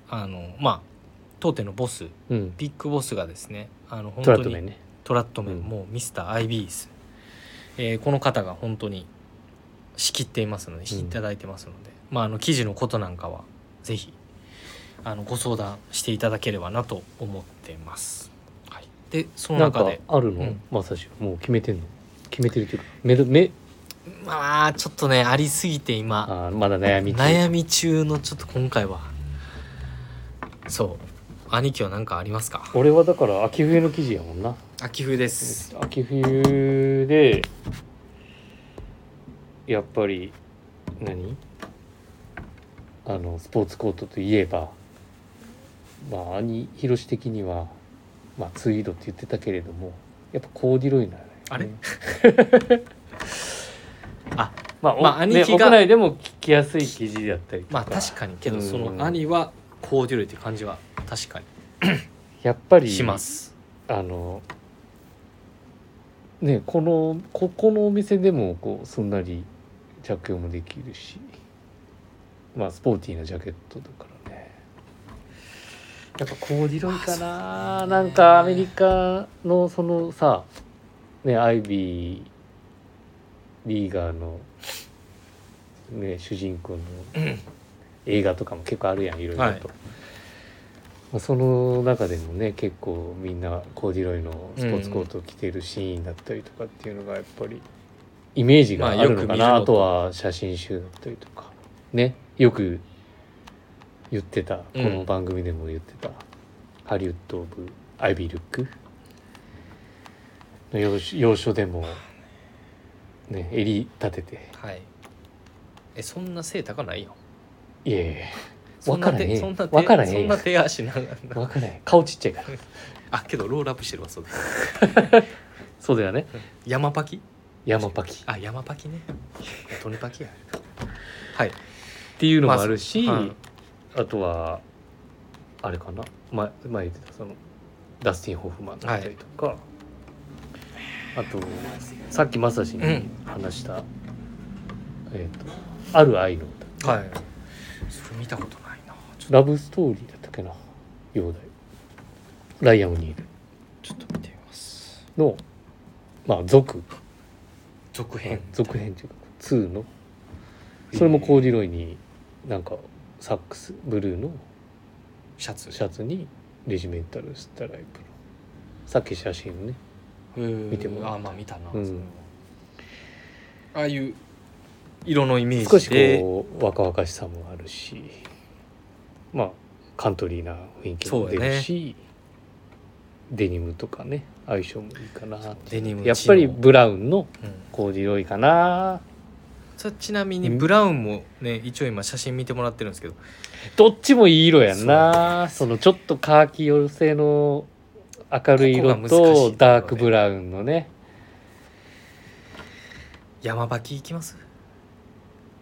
B: あのまあ当店のボス
A: うん、
B: ビッグボスがですねあの本
A: ト
B: 当
A: ラット
B: に
A: 面ね
B: トラットメン、
A: うん
B: もうミスター i ビース、えーこの方が本当に仕切っていますので仕切っていただいてますので、まああの記事のことなんかはぜひあのご相談していただければなと思ってます。はい、でその
A: なん
B: 中
A: か
B: で
A: あるの、
B: うん
A: まさしもう決めてんの決めてるっていうかめどめ
B: まあちょっとねありすぎて今
A: あーまだ悩み中
B: 悩み中のちょっと今回はそう兄貴は何かありますか
A: 俺はだから秋冬の記事やもんな
B: 秋冬です。
A: 秋冬でやっぱり何あのスポーツコートといえばまあ兄ひろし的には、まあ、ツイードって言ってたけれどもやっぱコーディロイなのよね
B: あれ あ
A: まあ、
B: ま
A: ま
B: あ
A: あ、
B: 兄
A: 兄
B: 貴
A: 貴
B: が
A: が、ね、屋内でも聞きやすい記事だったりとか、
B: まあ確かにけど
A: うん
B: その兄はコーデュロイって感じは確か
A: やっぱ
B: に
A: り
B: します。
A: あのねこのここのお店でもこうすんなり着用もできるしまあスポーティーなジャケットだからねやっぱコーディロイかな、
B: あそうね
A: なんかアメリカのそのさねアイビーリーガーのね主人公の映画とかも結構あるやんいろいろと、
B: はい
A: まあ、その中でもね結構みんなコーディロイのスポーツコートを着てるシーンだったりとかっていうのがやっぱりイメージがあるのかな、
B: まあ
A: あ、
B: よく見るのと
A: とは写真集だったりとかねよく言ってたこ
B: うん
A: の番組でも言ってた、ハリウッド・オブ・アイビー・ルックの要所要所でも、ね、襟立てて
B: はいえそんな背高ないよ
A: いやいやいや
B: そな
A: わからへ
B: 手
A: ん
B: そんな
A: わからへ
B: 手
A: ん
B: そんな手足長い
A: 分からへん顔ちっち ゃいから
B: あけどロールアップしてるわそうです
A: そうだよね
B: 山パキ
A: 山パキっ
B: あ山パキねトニパキやはい
A: ていうのも
B: まあ
A: あるし、
B: はい
A: あとはあれかな前前言ってたそのダスティン・ホフマンだったりとか、あとさっきまさしに話した、えっ、と「ある愛の歌
B: はいそれ見たことないなち」ょ
A: ラブストーリーだったっけな容体ライアン・オニール
B: ちょっと見てみます
A: のまあ続
B: 続編
A: 続編というか2のそれもコーディロイになんかサックスブルーの
B: シャツ
A: シャツにレジメンタルスタライプのさっき写真をね
B: 見
A: てもらった
B: あまあ見たな、
A: うん
B: それはああいう色のイメージで
A: 少しこう若々しさもあるしまあカントリーな雰囲気も出るし、デニムとかね相性もいいかなって
B: デニム
A: やっぱり
B: チノ
A: ブラウンの
B: うん
A: コーディロイかな
B: そちなみにブラウンもね一応今写真見てもらってるんですけど
A: どっちもいい色やんなそのちょっとカーキ寄せの明るい色
B: ここが難しいところ
A: と
B: ね
A: ダークブラウンのね
B: 山パキ行きます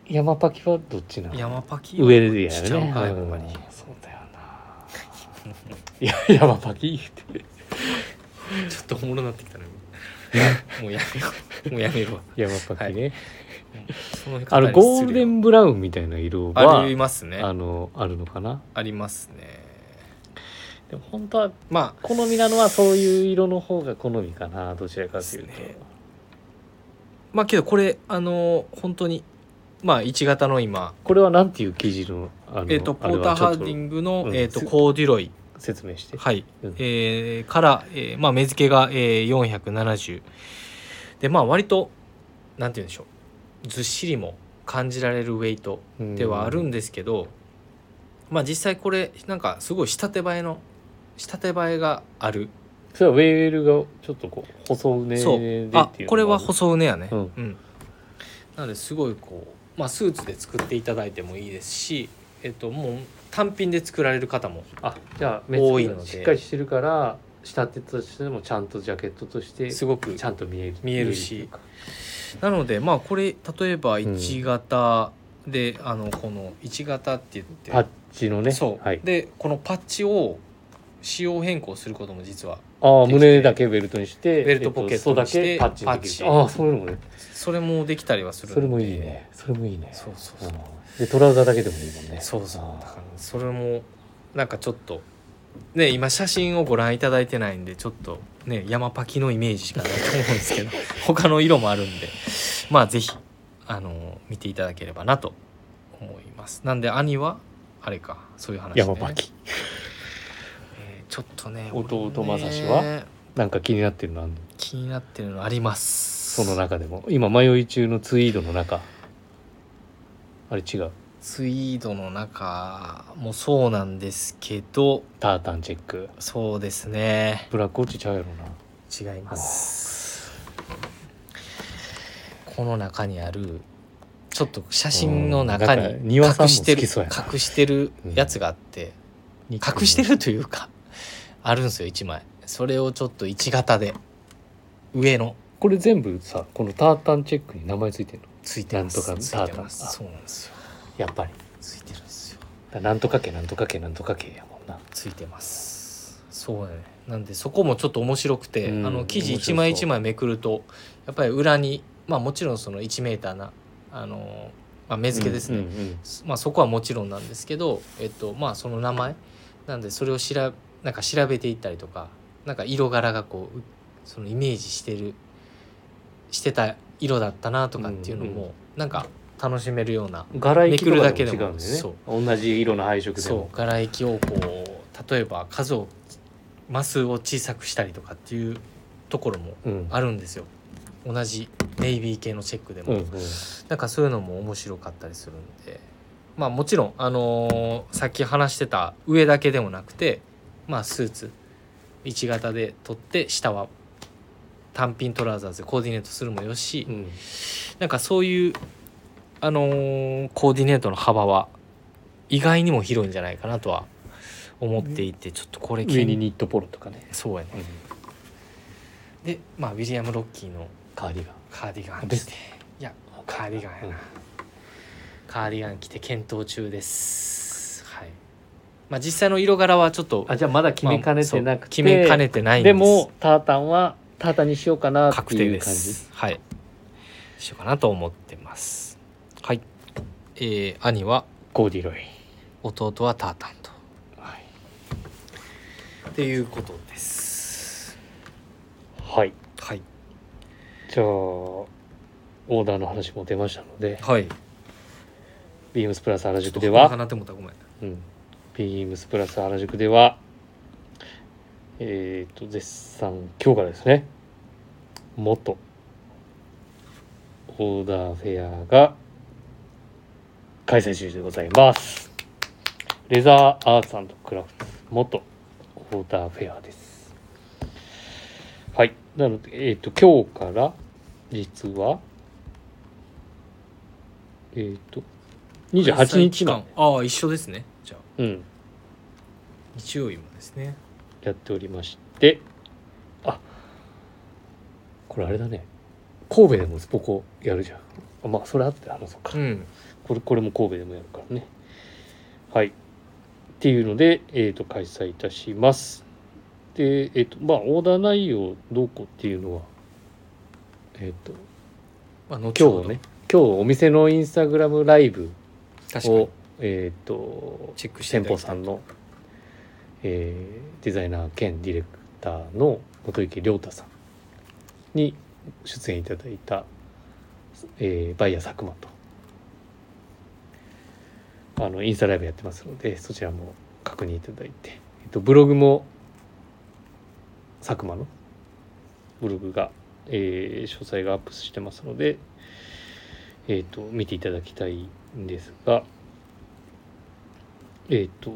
A: 山パキはどっちなの
B: 山パキ
A: 上でや
B: し
A: る
B: ちゃ
A: ね
B: うかや
A: う
B: っ
A: ん
B: ぱり
A: そうだよないや山パキって
B: ちょっとおもろなっ てきたねもうやめようもうやめるわ
A: 山パキね、
B: その
A: あのゴールデ
B: ン
A: ンブラウンみたいな色は
B: ありますね
A: あのあるのかな
B: ありますね
A: でも本当は
B: まあ
A: 好みなのはそういう色の方が好みかなどちらかというと
B: ですねまあけどこれあの本当にまあ1型の今
A: これはなんていう生地のあの
B: えっとポーター・ハーディ
A: グ
B: ングの、
A: うん
B: えっとコーデュロイ
A: 説明して
B: はい、
A: うん
B: えーから、えーまあ、目付けが、えー、470でまあ割となんて言うんでしょうずっしりも感じられるウェイトではあるんですけど、まあ実際これなんかすごい仕立て映えの仕立て映えがある、
A: それはウェールがちょっとこう細うね
B: そ
A: でっ
B: う
A: ていうの
B: あ
A: もる
B: これは細うねやね、
A: うん
B: なのですごいこう、まあ、スーツで作っていただいてもいいですし、えっと、もう単品で作られる方も
A: あじゃあ
B: 多
A: 多
B: い
A: い
B: ので
A: しっかりしてるから仕立てとしてもちゃんとジャケットとして
B: す
A: ち
B: ごく
A: ゃんと見える
B: 見えるし
A: 見っていうか
B: なのでまあこれ例えば
A: ん
B: 1型で、あのこの1型って言って
A: パッチのね
B: そう、
A: はい、
B: でこのパッチを仕様変更することも実は
A: ああ
B: できて
A: 胸だけベルトにして
B: ベルトポケットにして
A: えっと裾だけパッチにできる
B: パッチ
A: ああそういうのもね
B: それもできたりはするの
A: そ
B: で
A: れもいいねそれもいいね
B: そうそう
A: うん
B: そう、
A: でトラウザーだけでもいいもんね
B: そうそうだ
A: あ
B: からそれもなんかちょっとね今写真をご覧いただいてないんでちょっとね山パキのイメージしかないと思うんで すけど他の色もあるんでまあぜひあの見ていただければなと思いますなんで兄はあれかそういう話、
A: あ
B: ね、
A: 山パキ
B: えーちょっとね
A: 弟
B: 俺もね
A: 正志はなんか気になってるのあんの
B: 気になってるのあります
A: その中でも今迷い中のツイードの中あれ違う
B: ツイードの中もそうなんですけど
A: タータンチェック
B: そうですね
A: ブラックウォッチちゃうやろな
B: 違いますこの中にあるちょっと写真の中に
A: うんなんか
B: 隠
A: 庭さんも
B: して
A: 好き
B: る
A: そうやな
B: 隠してるやつがあって隠してるというかあるんですよ1枚それをちょっと1型で上の
A: これ全部さこのタータンチェックに名前ついてるの
B: ついてます
A: なんとか
B: ついてます
A: タータンあ
B: そうなんですよ
A: やっぱり
B: ついてるんですよ
A: だなんとかけなんとかけなんとかけやもんな
B: ついてますそうだねなんでそこもちょっと面白くて、
A: うん
B: あの記事
A: 面白そう
B: 一枚一枚めくるとやっぱり裏にまあもちろんその1メーターなああの、まあ、目付けですね、
A: うんうん
B: まあ、そこはもちろんなんですけど、えっとまあ、その名前なんでそれをしらなんか調べていったりとかなんか色柄がこううそのイメージしてるしてた色だったなとかっていうの
A: うん
B: もなんか楽しめるような、
A: うん柄行きとか
B: めくるだけで
A: も違
B: も
A: うんでね同じ色の配色で
B: そ
A: も
B: う柄行きをこう例えば数をマスを小さくしたりとかっていうところも
A: う、ん
B: あるんですよ同じネイビー系のチェックでも。
A: うんうん、
B: なんかそういうのも面白かったりするんでまあもちろん、あのーさっき話してた上だけでもなくてまあスーツ1型で取って下は単品トラウザーズでコーディネートするもよし、
A: うん
B: なんかそういう、あのーコーディネートの幅は意外にも広いんじゃないかなとは思っていてちょっとこれ気
A: 上にニットポロとかね、
B: そうやねでまあウィリアム・ロッキーの
A: カーディガン
B: カーディガン
A: で
B: ですすねいやカーディガンやなカーディガン着て検討中ですはいまあ実際の色柄はちょっと
A: あじゃあまだ決めかねてな
B: まあそ
A: く
B: う
A: て、
B: 決めかねてないんで
A: ですもタータンはタータンにしようかなって
B: 確定
A: い
B: で
A: う感じ
B: すはいしようかなと思ってますはいえー、兄は
A: コーディロイ、
B: 弟はタータンと
A: はい、
B: っていうことです
A: はい、
B: はい
A: じゃあオーダーの話も出ましたので
B: はい
A: ビームスプラス原宿で
B: ちょっと他か
A: は、
B: なって思ったごめん
A: うん、ビームスプラス原宿ではえっ、と絶賛今日からですね元オーダーフェアが開催中でございますレザーアーツクラフト元オーダーフェアですはいなのでえっ、と今日から実はえっ、と28日まで
B: ああ一緒ですねじゃあ
A: うん、
B: 日曜日もですね
A: やっておりましてあこれあれだね神戸でもスポコやるじゃんあまあそれあって話そうか、
B: うん
A: これこれも神戸でもやるからねはいっていうので、えー、と開催いたしますでえっ、とまあオーダー内容どうこうっていうのはえっ、と
B: まあ後
A: 今
B: ほ
A: 日
B: ど
A: ね今日お店のインスタグラムライブ
B: 確かに
A: をえっ、と
B: チェックして
A: 先
B: いただ
A: 方
B: きた
A: さ
B: い
A: んの、えーデザイナー兼ディレクターの元池亮太さんに出演いただいた、えーバイヤー佐久間とあのインスタライブやってますのでそちらも確認いただいて、えっと、ブログも佐久間のブログが、えー詳細がアップしてますので、えっと見ていただきたいんですが。えっ、と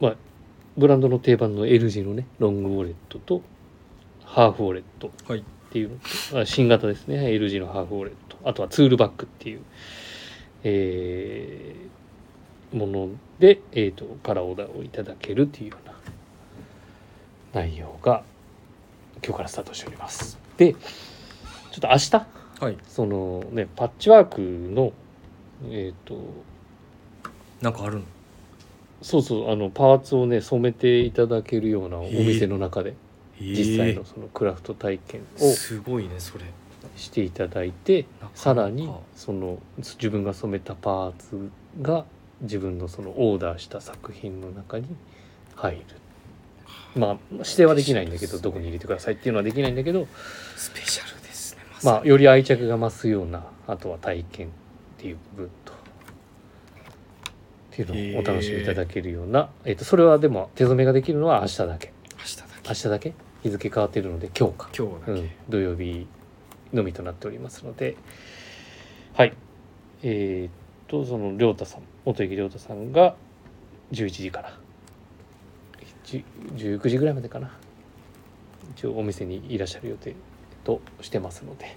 A: まあブランドの定番の L 字のねロングウォレットとハーフウォレット
B: はい
A: っていうのと、あ新型ですね L 字のハーフウォレットあとはツールバッグっていう、えーもので、えー、とカラーオーダーをいただけるっていうような内容が今日からスタートしておりますでちょっと明日
B: はい
A: そのねパッチワークのえっ、と
B: なんかあるの
A: そうそうあのパーツをね染めていただけるようなお店の中で実際のそのクラフト体験
B: えー
A: を
B: すごいねそれ
A: していただいて
B: なかなか
A: さらにその自分が染めたパーツが自分のそのオーダーした作品の中に入るまあ指定はできないんだけどどこに入れてくださいっていうのはできないんだけど
B: スペシャルですね
A: まあより愛着が増すようなあとは体験っていう部分と。っていうのをお楽しみいただけるような、えっとそれはでも手染めができるのは明日だけ
B: 明日だけ
A: 明日だけ日付変わっているので今日か、
B: 今日だけ、
A: うん、土曜日のみとなっておりますのではいえーっとその亮太さん元池亮太さんが11時からじゅ19時ぐらいまでかな一応お店にいらっしゃる予定としてますので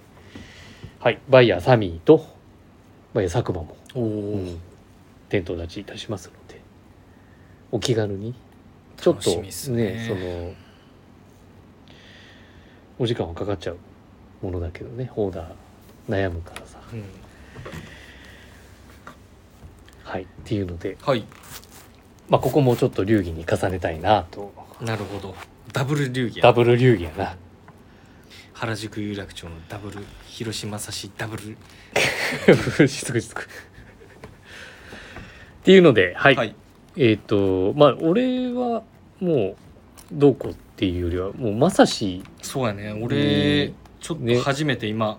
A: はいバイヤーサミーとバイヤー佐久間も
B: おお、
A: うん店頭立ちいたしますのでお気軽にちょっ
B: 楽
A: と
B: しみ
A: ね
B: っすね
A: そのお時間はかかっちゃうものだけどねオーダー悩むからさ
B: うん
A: はいっていうので、
B: はい
A: まあ、ここもちょっと流儀に重ねたいなと
B: なるほどダブル流儀や
A: ダブル流儀やな
B: 原宿有楽町のダブル広島差しダブル
A: しつくしつくっていうのではい、
B: はい
A: えっ、とまあ俺はもうどうこうっていうよりはもうまさし
B: そうやね
A: う
B: 俺
A: ん
B: ちょっ
A: ね
B: と初めて今、あ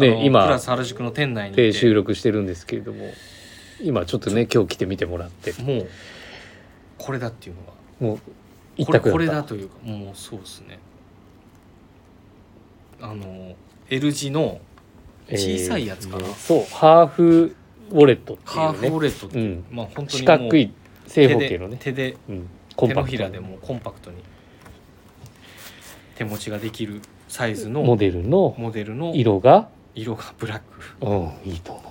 B: の
A: ね
B: プラ
A: 今
B: ス原宿の店内に
A: で
B: いて
A: 収録してるんですけれども今ちょっとね今日来てみてもらって
B: もうこれだっていうのが
A: もう一
B: これ
A: 択
B: これ
A: だ
B: だ
A: った
B: というかもうそうですねあの L 字の小さいやつかな
A: えーそうハーフウォレットって
B: ハーフ
A: いう
B: ウォ
A: ね
B: レットっていう、
A: うん
B: まあ本当に
A: 四
B: もう
A: 角い正方形のね
B: 手で
A: うんコ
B: 手
A: ン
B: で手
A: パ
B: の
A: ク
B: ひ
A: ト
B: らでもコンパクトに手持ちができるサイズの
A: モデルの
B: モデルの
A: 色が
B: 色がブラック
A: うんいいと 思う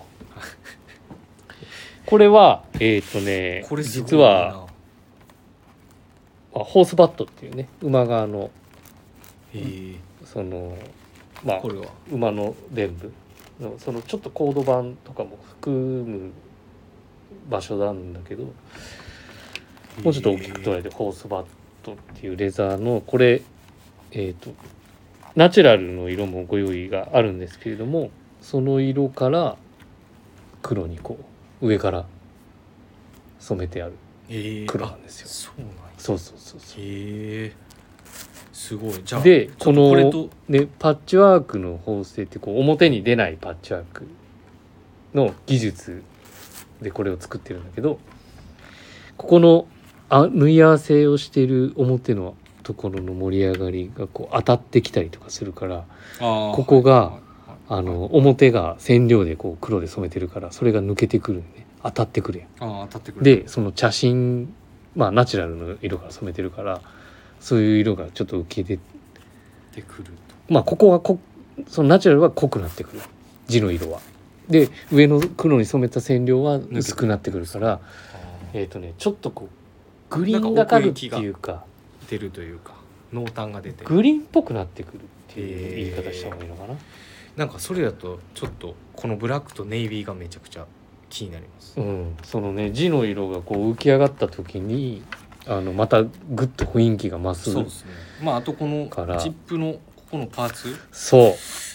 A: これはえっ、とね
B: これすごい
A: 実はあホースバットっていうね馬側の
B: えー、
A: そのまあ
B: これは
A: 馬の伝部のそのちょっとコード版とかも含む場所なんだけどもうちょっと大きく捉えてホースバットっていうレザーのこれえっ、とナチュラルの色もご用意があるんですけれどもその色から黒にこう上から染めてある
B: えー、
A: 黒
B: あ
A: なんですよ。
B: そうなんや
A: そうそうそうそう。
B: へえすごいじゃあ
A: で
B: ちょっと
A: この
B: これと
A: でパッチワークの縫製ってこう表に出ないパッチワークの技術でこれを作ってるんだけどここのあ縫い合わせをしてる表のところの盛り上がりがこう当たってきたりとかするからこ
B: こ
A: こがあの表が染料でこう黒で染めてるからそれが抜けてくるんで当たってくるやん。
B: あー当たってくる
A: でその茶芯まあナチュラルの色から染めてるからそういう色がちょっと浮き出て
B: 当たってくると
A: まあここはこそのナチュラルは濃くなってくる地の色は。で上の黒に染めた染料は薄くなってくるから
B: あー
A: えっ、とねちょっとこうグリーンがかるっていうか
B: 出るというか濃淡が出て
A: グリーンっぽくなってくるっていう言い方した方がいいのかな。
B: なんかそれだとちょっとこのブラックとネイビーがめちゃくちゃ気になります
A: うん、そのね地の色がこう浮き上がった時にあのまたグッと雰囲気が増す
B: そうですねまああとこの
A: から
B: チップのここのパーツ
A: そ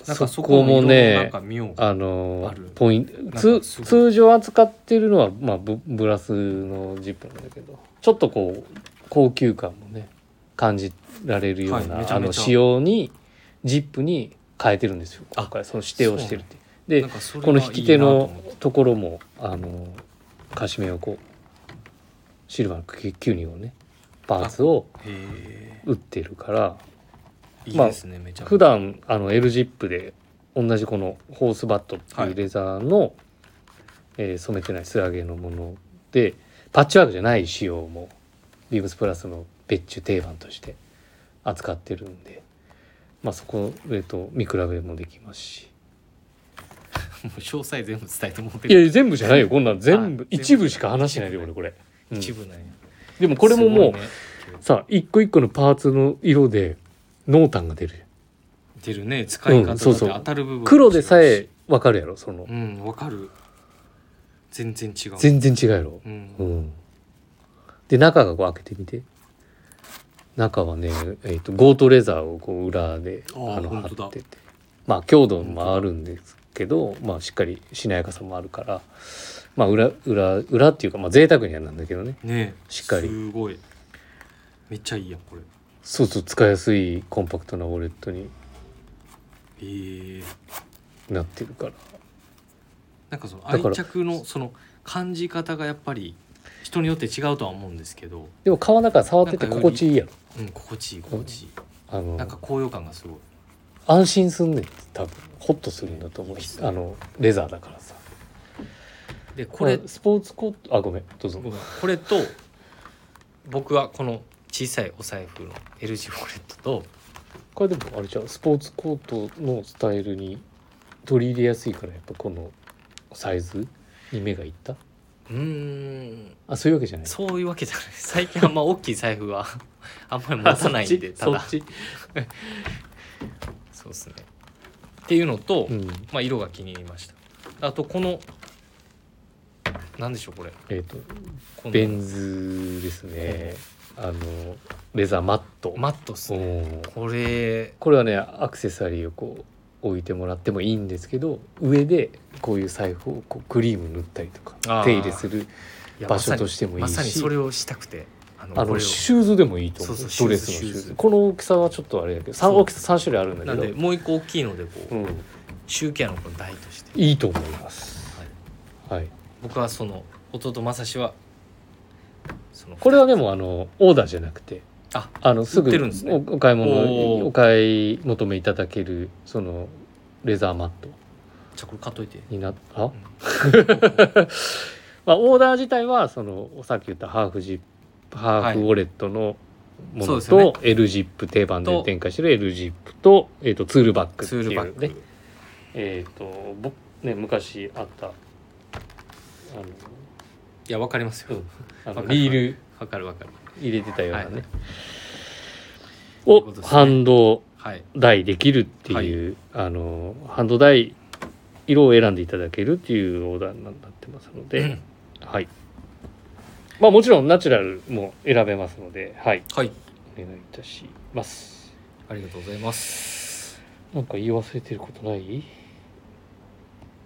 A: う
B: なんか
A: そ
B: そ
A: こ
B: こ
A: も
B: も
A: ね
B: ねなんか見よう
A: あの
B: ある
A: ポイン
B: か
A: ト
B: すごい
A: 通常扱ってるのは、まあ、ブブラスのジップなんだけどちょっとこう高級感もね感じられるような、
B: はいめち
A: あ
B: ゃめちゃ
A: の仕様にジップに変えてるんですよ
B: あ
A: 今回その指定をしてるってで
B: なんかそれ
A: こ
B: が
A: の
B: いいな
A: 引き手
B: と
A: の
B: 思って
A: ところもあのカシメをこうシルバーのキューニをねパーツを
B: へ
A: 打ってるから
B: えいいですねめちゃめちゃ
A: 普段あの L ジップで同じこのホースバットって
B: はいいう
A: レザーの、えー染めてない素揚げのものでパッチワークじゃない仕様もビームスプラスの別注定番として扱ってるんで、まあ、そこえーと見比べもできますし
B: もう詳細全部伝えてもらって
A: いや全部じゃないよこんなん全部
B: あ
A: 一部しか話してないで俺これ、うん
B: 一部なんや
A: でもこれももう、
B: すごいね
A: さ一個一個のパーツの色で濃淡が出る
B: 出るね使い方
A: う
B: だっ
A: ん
B: て
A: そうそう
B: 当たる部分も違うし
A: 黒でさえ分かるやろその
B: うんわかる全然違う
A: 全然違うやろ
B: う
A: うんん、で中がこう開けてみて中はね、えー、とゴートレザーをこう裏で
B: あー
A: あの
B: 本当だ
A: 貼っててまあ強度もあるんですけど、まあ、しっかりしなやかさもあるから、まあ、裏裏裏っていうか、まあ、贅沢にはなんだけどね
B: ねえ
A: しっかり
B: すごいめっちゃいいやんこれ
A: そうそう使いやすいコンパクトなウォレットに
B: えー、
A: なってるから
B: なんかその
A: だから
B: 愛着のその感じ方がやっぱり人によって違うとは思うんですけど
A: でも皮の中触ってて心地いいやろ
B: うん心地いい心地いい
A: あの
B: なんか高揚感がすごい
A: 安心すんねん多分ホッとするんだと思う
B: いいっすね
A: あのレザーだからさ
B: でこれ
A: まあスポーツコートあごめんどうぞ
B: ごめんこれと僕はこの小さいお財布の L 字ウォレットと
A: これでもあれじゃんスポーツコートのスタイルに取り入れやすいからやっぱこのサイズに目がいった
B: うーん
A: あそういうわけじゃない
B: そういうわけじゃない最近あんま大きい財布 はあんまり持たないんでた
A: そ
B: だ
A: っち
B: そうですねっていうのと、
A: うん
B: まあ、色が気に入りましたあとこのなんでしょうこれ
A: えっ、と
B: この
A: ベンズですねあのレザーマット、
B: マットっすね
A: おー
B: これ
A: これはねアクセサリーをこう置いてもらってもいいんですけど上でこういう財布をこうクリーム塗ったりと
B: あ
A: か
B: ー
A: 手入れする
B: いや
A: 場所としてもいい
B: ま
A: し、
B: さにまさにそれをしたくてあの
A: あ
B: こ
A: の
B: れを
A: シューズでもいいと思う
B: そうそう
A: ドレスのシュー
B: シュ
A: ズ
B: ーズ
A: この大きさはちょっとあれだけどさん
B: そう
A: 大きさ3種類あるんだ
B: な
A: け
B: ん
A: ど
B: でもう一個大きいのでこう、
A: うん、
B: 集計のこの台として、
A: いいと思います、
B: はい
A: はい、
B: 僕はその弟正志はその
A: これはでもあのオーダーじゃなくて
B: あ
A: あのすぐ
B: 売ってるんですね
A: おお買い
B: おー
A: 物お買い求めいただけるそのレザーマット
B: じゃあこれ買っといて
A: になあ、 まあ、オーダー自体はそのさっき言ったハーフジップハーフウォレットのも
B: そう
A: の
B: ですよね
A: と L ジップ定番で展開してる L ジップと,、えー、とツールバックって
B: ツ
A: い
B: ー
A: う
B: ルバッグ、
A: ねえっ、と僕ね昔あったあ
B: いやわかりますよ、
A: うんのあ
B: わか
A: の
B: る
A: リール
B: わかるわかる
A: 入れてたような
B: はい
A: ね、
B: という
A: を
B: ことですね
A: 反動
B: はい
A: 台できるっていう、あのハンドダイ色を選んでいただけるっていうオーダーになってますので、
B: うん
A: はいまあもちろんナチュラルも選べますのではい
B: はい
A: お願いいたします
B: ありがとうございます
A: なんか言い忘れてることない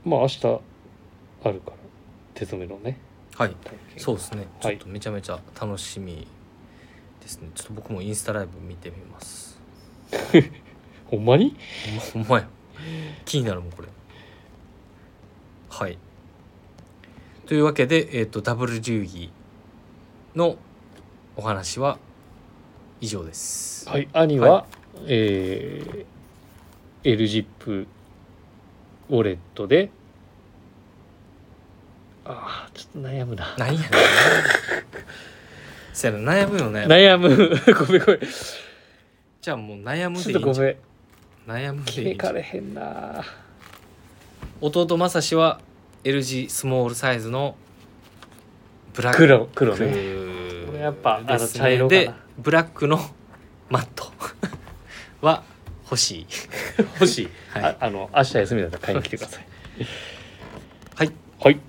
A: まあ明日あるから手染めのね
B: はい
A: 体験
B: そうですねち
A: は
B: ょっ
A: い
B: とめちゃめちゃ楽しみですねちょっと僕もインスタライブ見てみます
A: ほんまに
B: ほんまほんまや気になるもんこれはいというわけで、えっとダブル流儀のお話は以上です
A: はい兄は、
B: は
A: えー、L ジップウォレットでああちょっと悩むな
B: 何やね んせやな悩むよね
A: 悩む ごめんごめん
B: じゃあもう悩む
A: ち
B: でい
A: ょっと
B: いん
A: ご
B: じゃん
A: めん
B: 悩む
A: 決
B: でいい
A: め
B: んじゃ
A: か
B: ん
A: れへんな
B: 弟正志は L 字スモールサイズのブラック
A: 黒黒
B: こ
A: ね
B: れ
A: 俺やっぱあの茶色かな
B: でブラックのマット は欲しい
A: 欲しい、
B: は
A: あ
B: い
A: あの明日休みだったら買いに来てください
B: はい
A: はい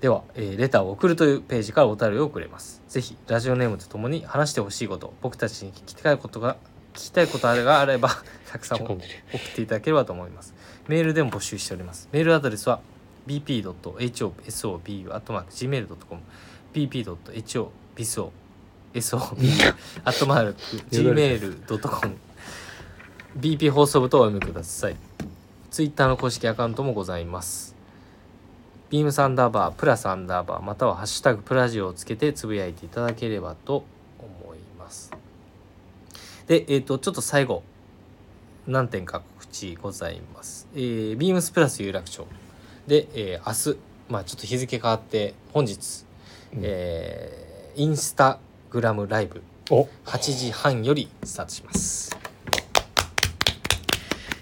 B: では、えーレターを送るというページからお便りを送れますぜひラジオネームとともに話してほしいこと僕たちに聞きたいことが聞きたいことがあればたくさん
A: ちょっと
B: 送
A: 噛んでる
B: っていただければと思いますメールでも募集しておりますメールアドレスは bp.hosobu.gmail.com bp.hosobu.gmail.com bp 放送部とお読みくださいツイッターの公式アカウントもございますビームサンダーバープラスアンダーバーまたは「ハッシュタグプラジオ」をつけてつぶやいていただければと思いますでえっ、とちょっと最後何点か告知ございます、えー、ビームスプラス有楽町で、えー明日まあちょっと日付変わって本日、
A: うん
B: えーインスタグラムライブ
A: お
B: 8時半よりスタートします。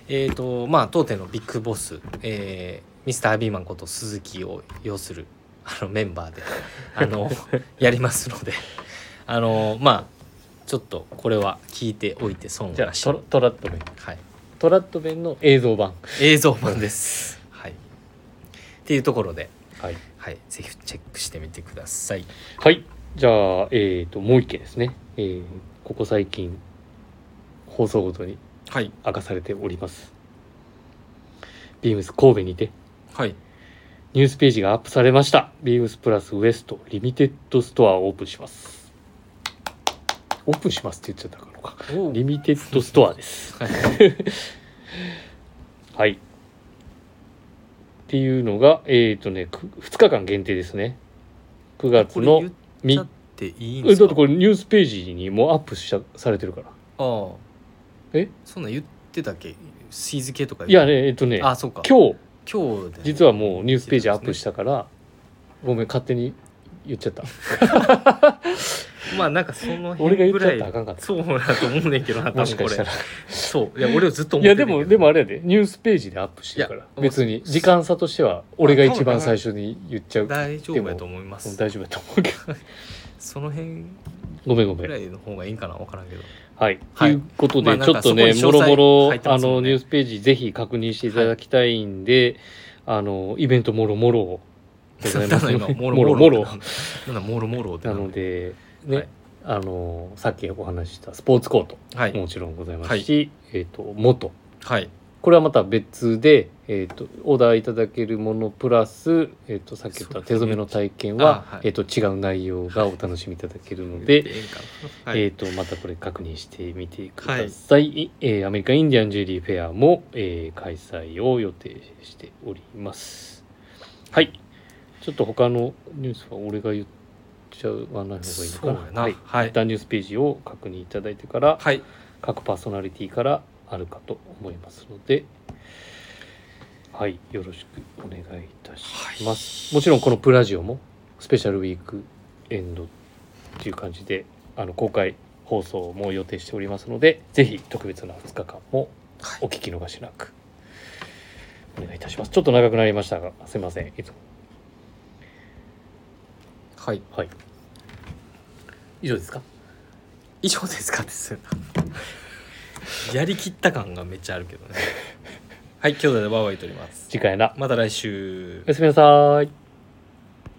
B: えーとまあ当店のビッグボス、えー、ミスタービーマンこと鈴木を要するあのメンバーであ のやりますのであのまあちょっとこれは聞いておいて損
A: じゃあ
B: はし
A: トラトラット弁
B: はい、
A: トラット弁の映像版
B: 映像版です。はい、っていうところで、
A: はい
B: はい、ぜひチェックしてみてください。
A: はい。じゃあ、えっ、と、もう一件ですね。えーここ最近、放送ごとに
B: はい、
A: 明かされております。ビームス神戸にて、
B: はい、
A: ニュースページがアップされました。ビームスプラスウエストリミテッドストアをオープンします。オープンしますって言っちゃったのか。リミテッドストアです。 はい。っていうのが、えっ、とね、2日間限定ですね。9月
B: これ
A: の
B: 言っちゃ
A: 3
B: っていいんで
A: え
B: すか
A: だってこれニュースページにもうアップしちゃされてるから
B: ああ
A: え
B: そんなん言ってたっけシーズ系とか
A: いやねえっとね
B: あそうか
A: 今日
B: 今日で
A: 実はもうニュースページアップしたから、ごめん勝手に言っちゃった
B: まあなんかその辺
A: 俺が言っ
B: ぐ
A: ちゃ
B: ら
A: っ
B: い
A: たらあかんかった
B: そうだと思うね んけどな
A: もしかしたら
B: 多分これそういや俺はずっと
A: い
B: 思っ
A: やで
B: ててんけど
A: もでもあれやでニュースページでアップしてるか
B: い
A: ら
B: や
A: 別に時間差としては俺が一番最初に言っちゃう
B: 大丈夫やと思いま
A: うん
B: す
A: 大丈夫だと思うけど
B: その辺
A: ごめんごめ
B: ぐ
A: ん
B: らいの方がいいんかなわからんけど
A: はい、
B: はい
A: ということで、
B: まあなん
A: ち
B: か
A: ょっとねも
B: そこに
A: ろも
B: 詳細
A: ろ
B: 入って
A: あ
B: ますも
A: の
B: んね
A: ニュースページぜひ確認していただきたいんで、あのイベントもろもろございます
B: なんだ今もろ
A: もろ
B: も
A: も
B: ろ
A: ろ
B: ってなんだなんだもろもろって
A: な
B: なんだ
A: ので、ね、
B: はい
A: あのさっきお話ししたスポーツコート
B: はい
A: もちろんございますし、えっ、と元
B: はい
A: これはまた別で、えっとオーダーいただけるものプラス、えっとさっき言った手染めの体験は、
B: そうですねあはい
A: えっと違う内容がお楽しみいただけるので、
B: ええんかなはい
A: えっとまたこれ確認してみてください、いえーアメリカインディアンジュエリーフェアも、えー開催を予定しておりますはいちょっと他のニュースは俺が言っちゃわない方がいいの
B: そう
A: かな
B: やな
A: はい
B: はい
A: 一旦ニュースページを確認いただいてから
B: はい
A: 各パーソナリティからあるかと思いますのではいよろしくお願いいたします、
B: は
A: も
B: い
A: ちろんこのプラジオもスペシャルウィークエンドっていう感じであの公開放送も予定しておりますのでぜひ特別な2日間もお聞き逃しなくお願いいたしますちょっと長くなりましたがすいませんいつも
B: はい
A: はい以上ですか
B: 以上ですかですよ なやりきった感がめっちゃあるけどねはい兄弟でワーワー言っております
A: 次回な
B: また来週
A: おやすみなさい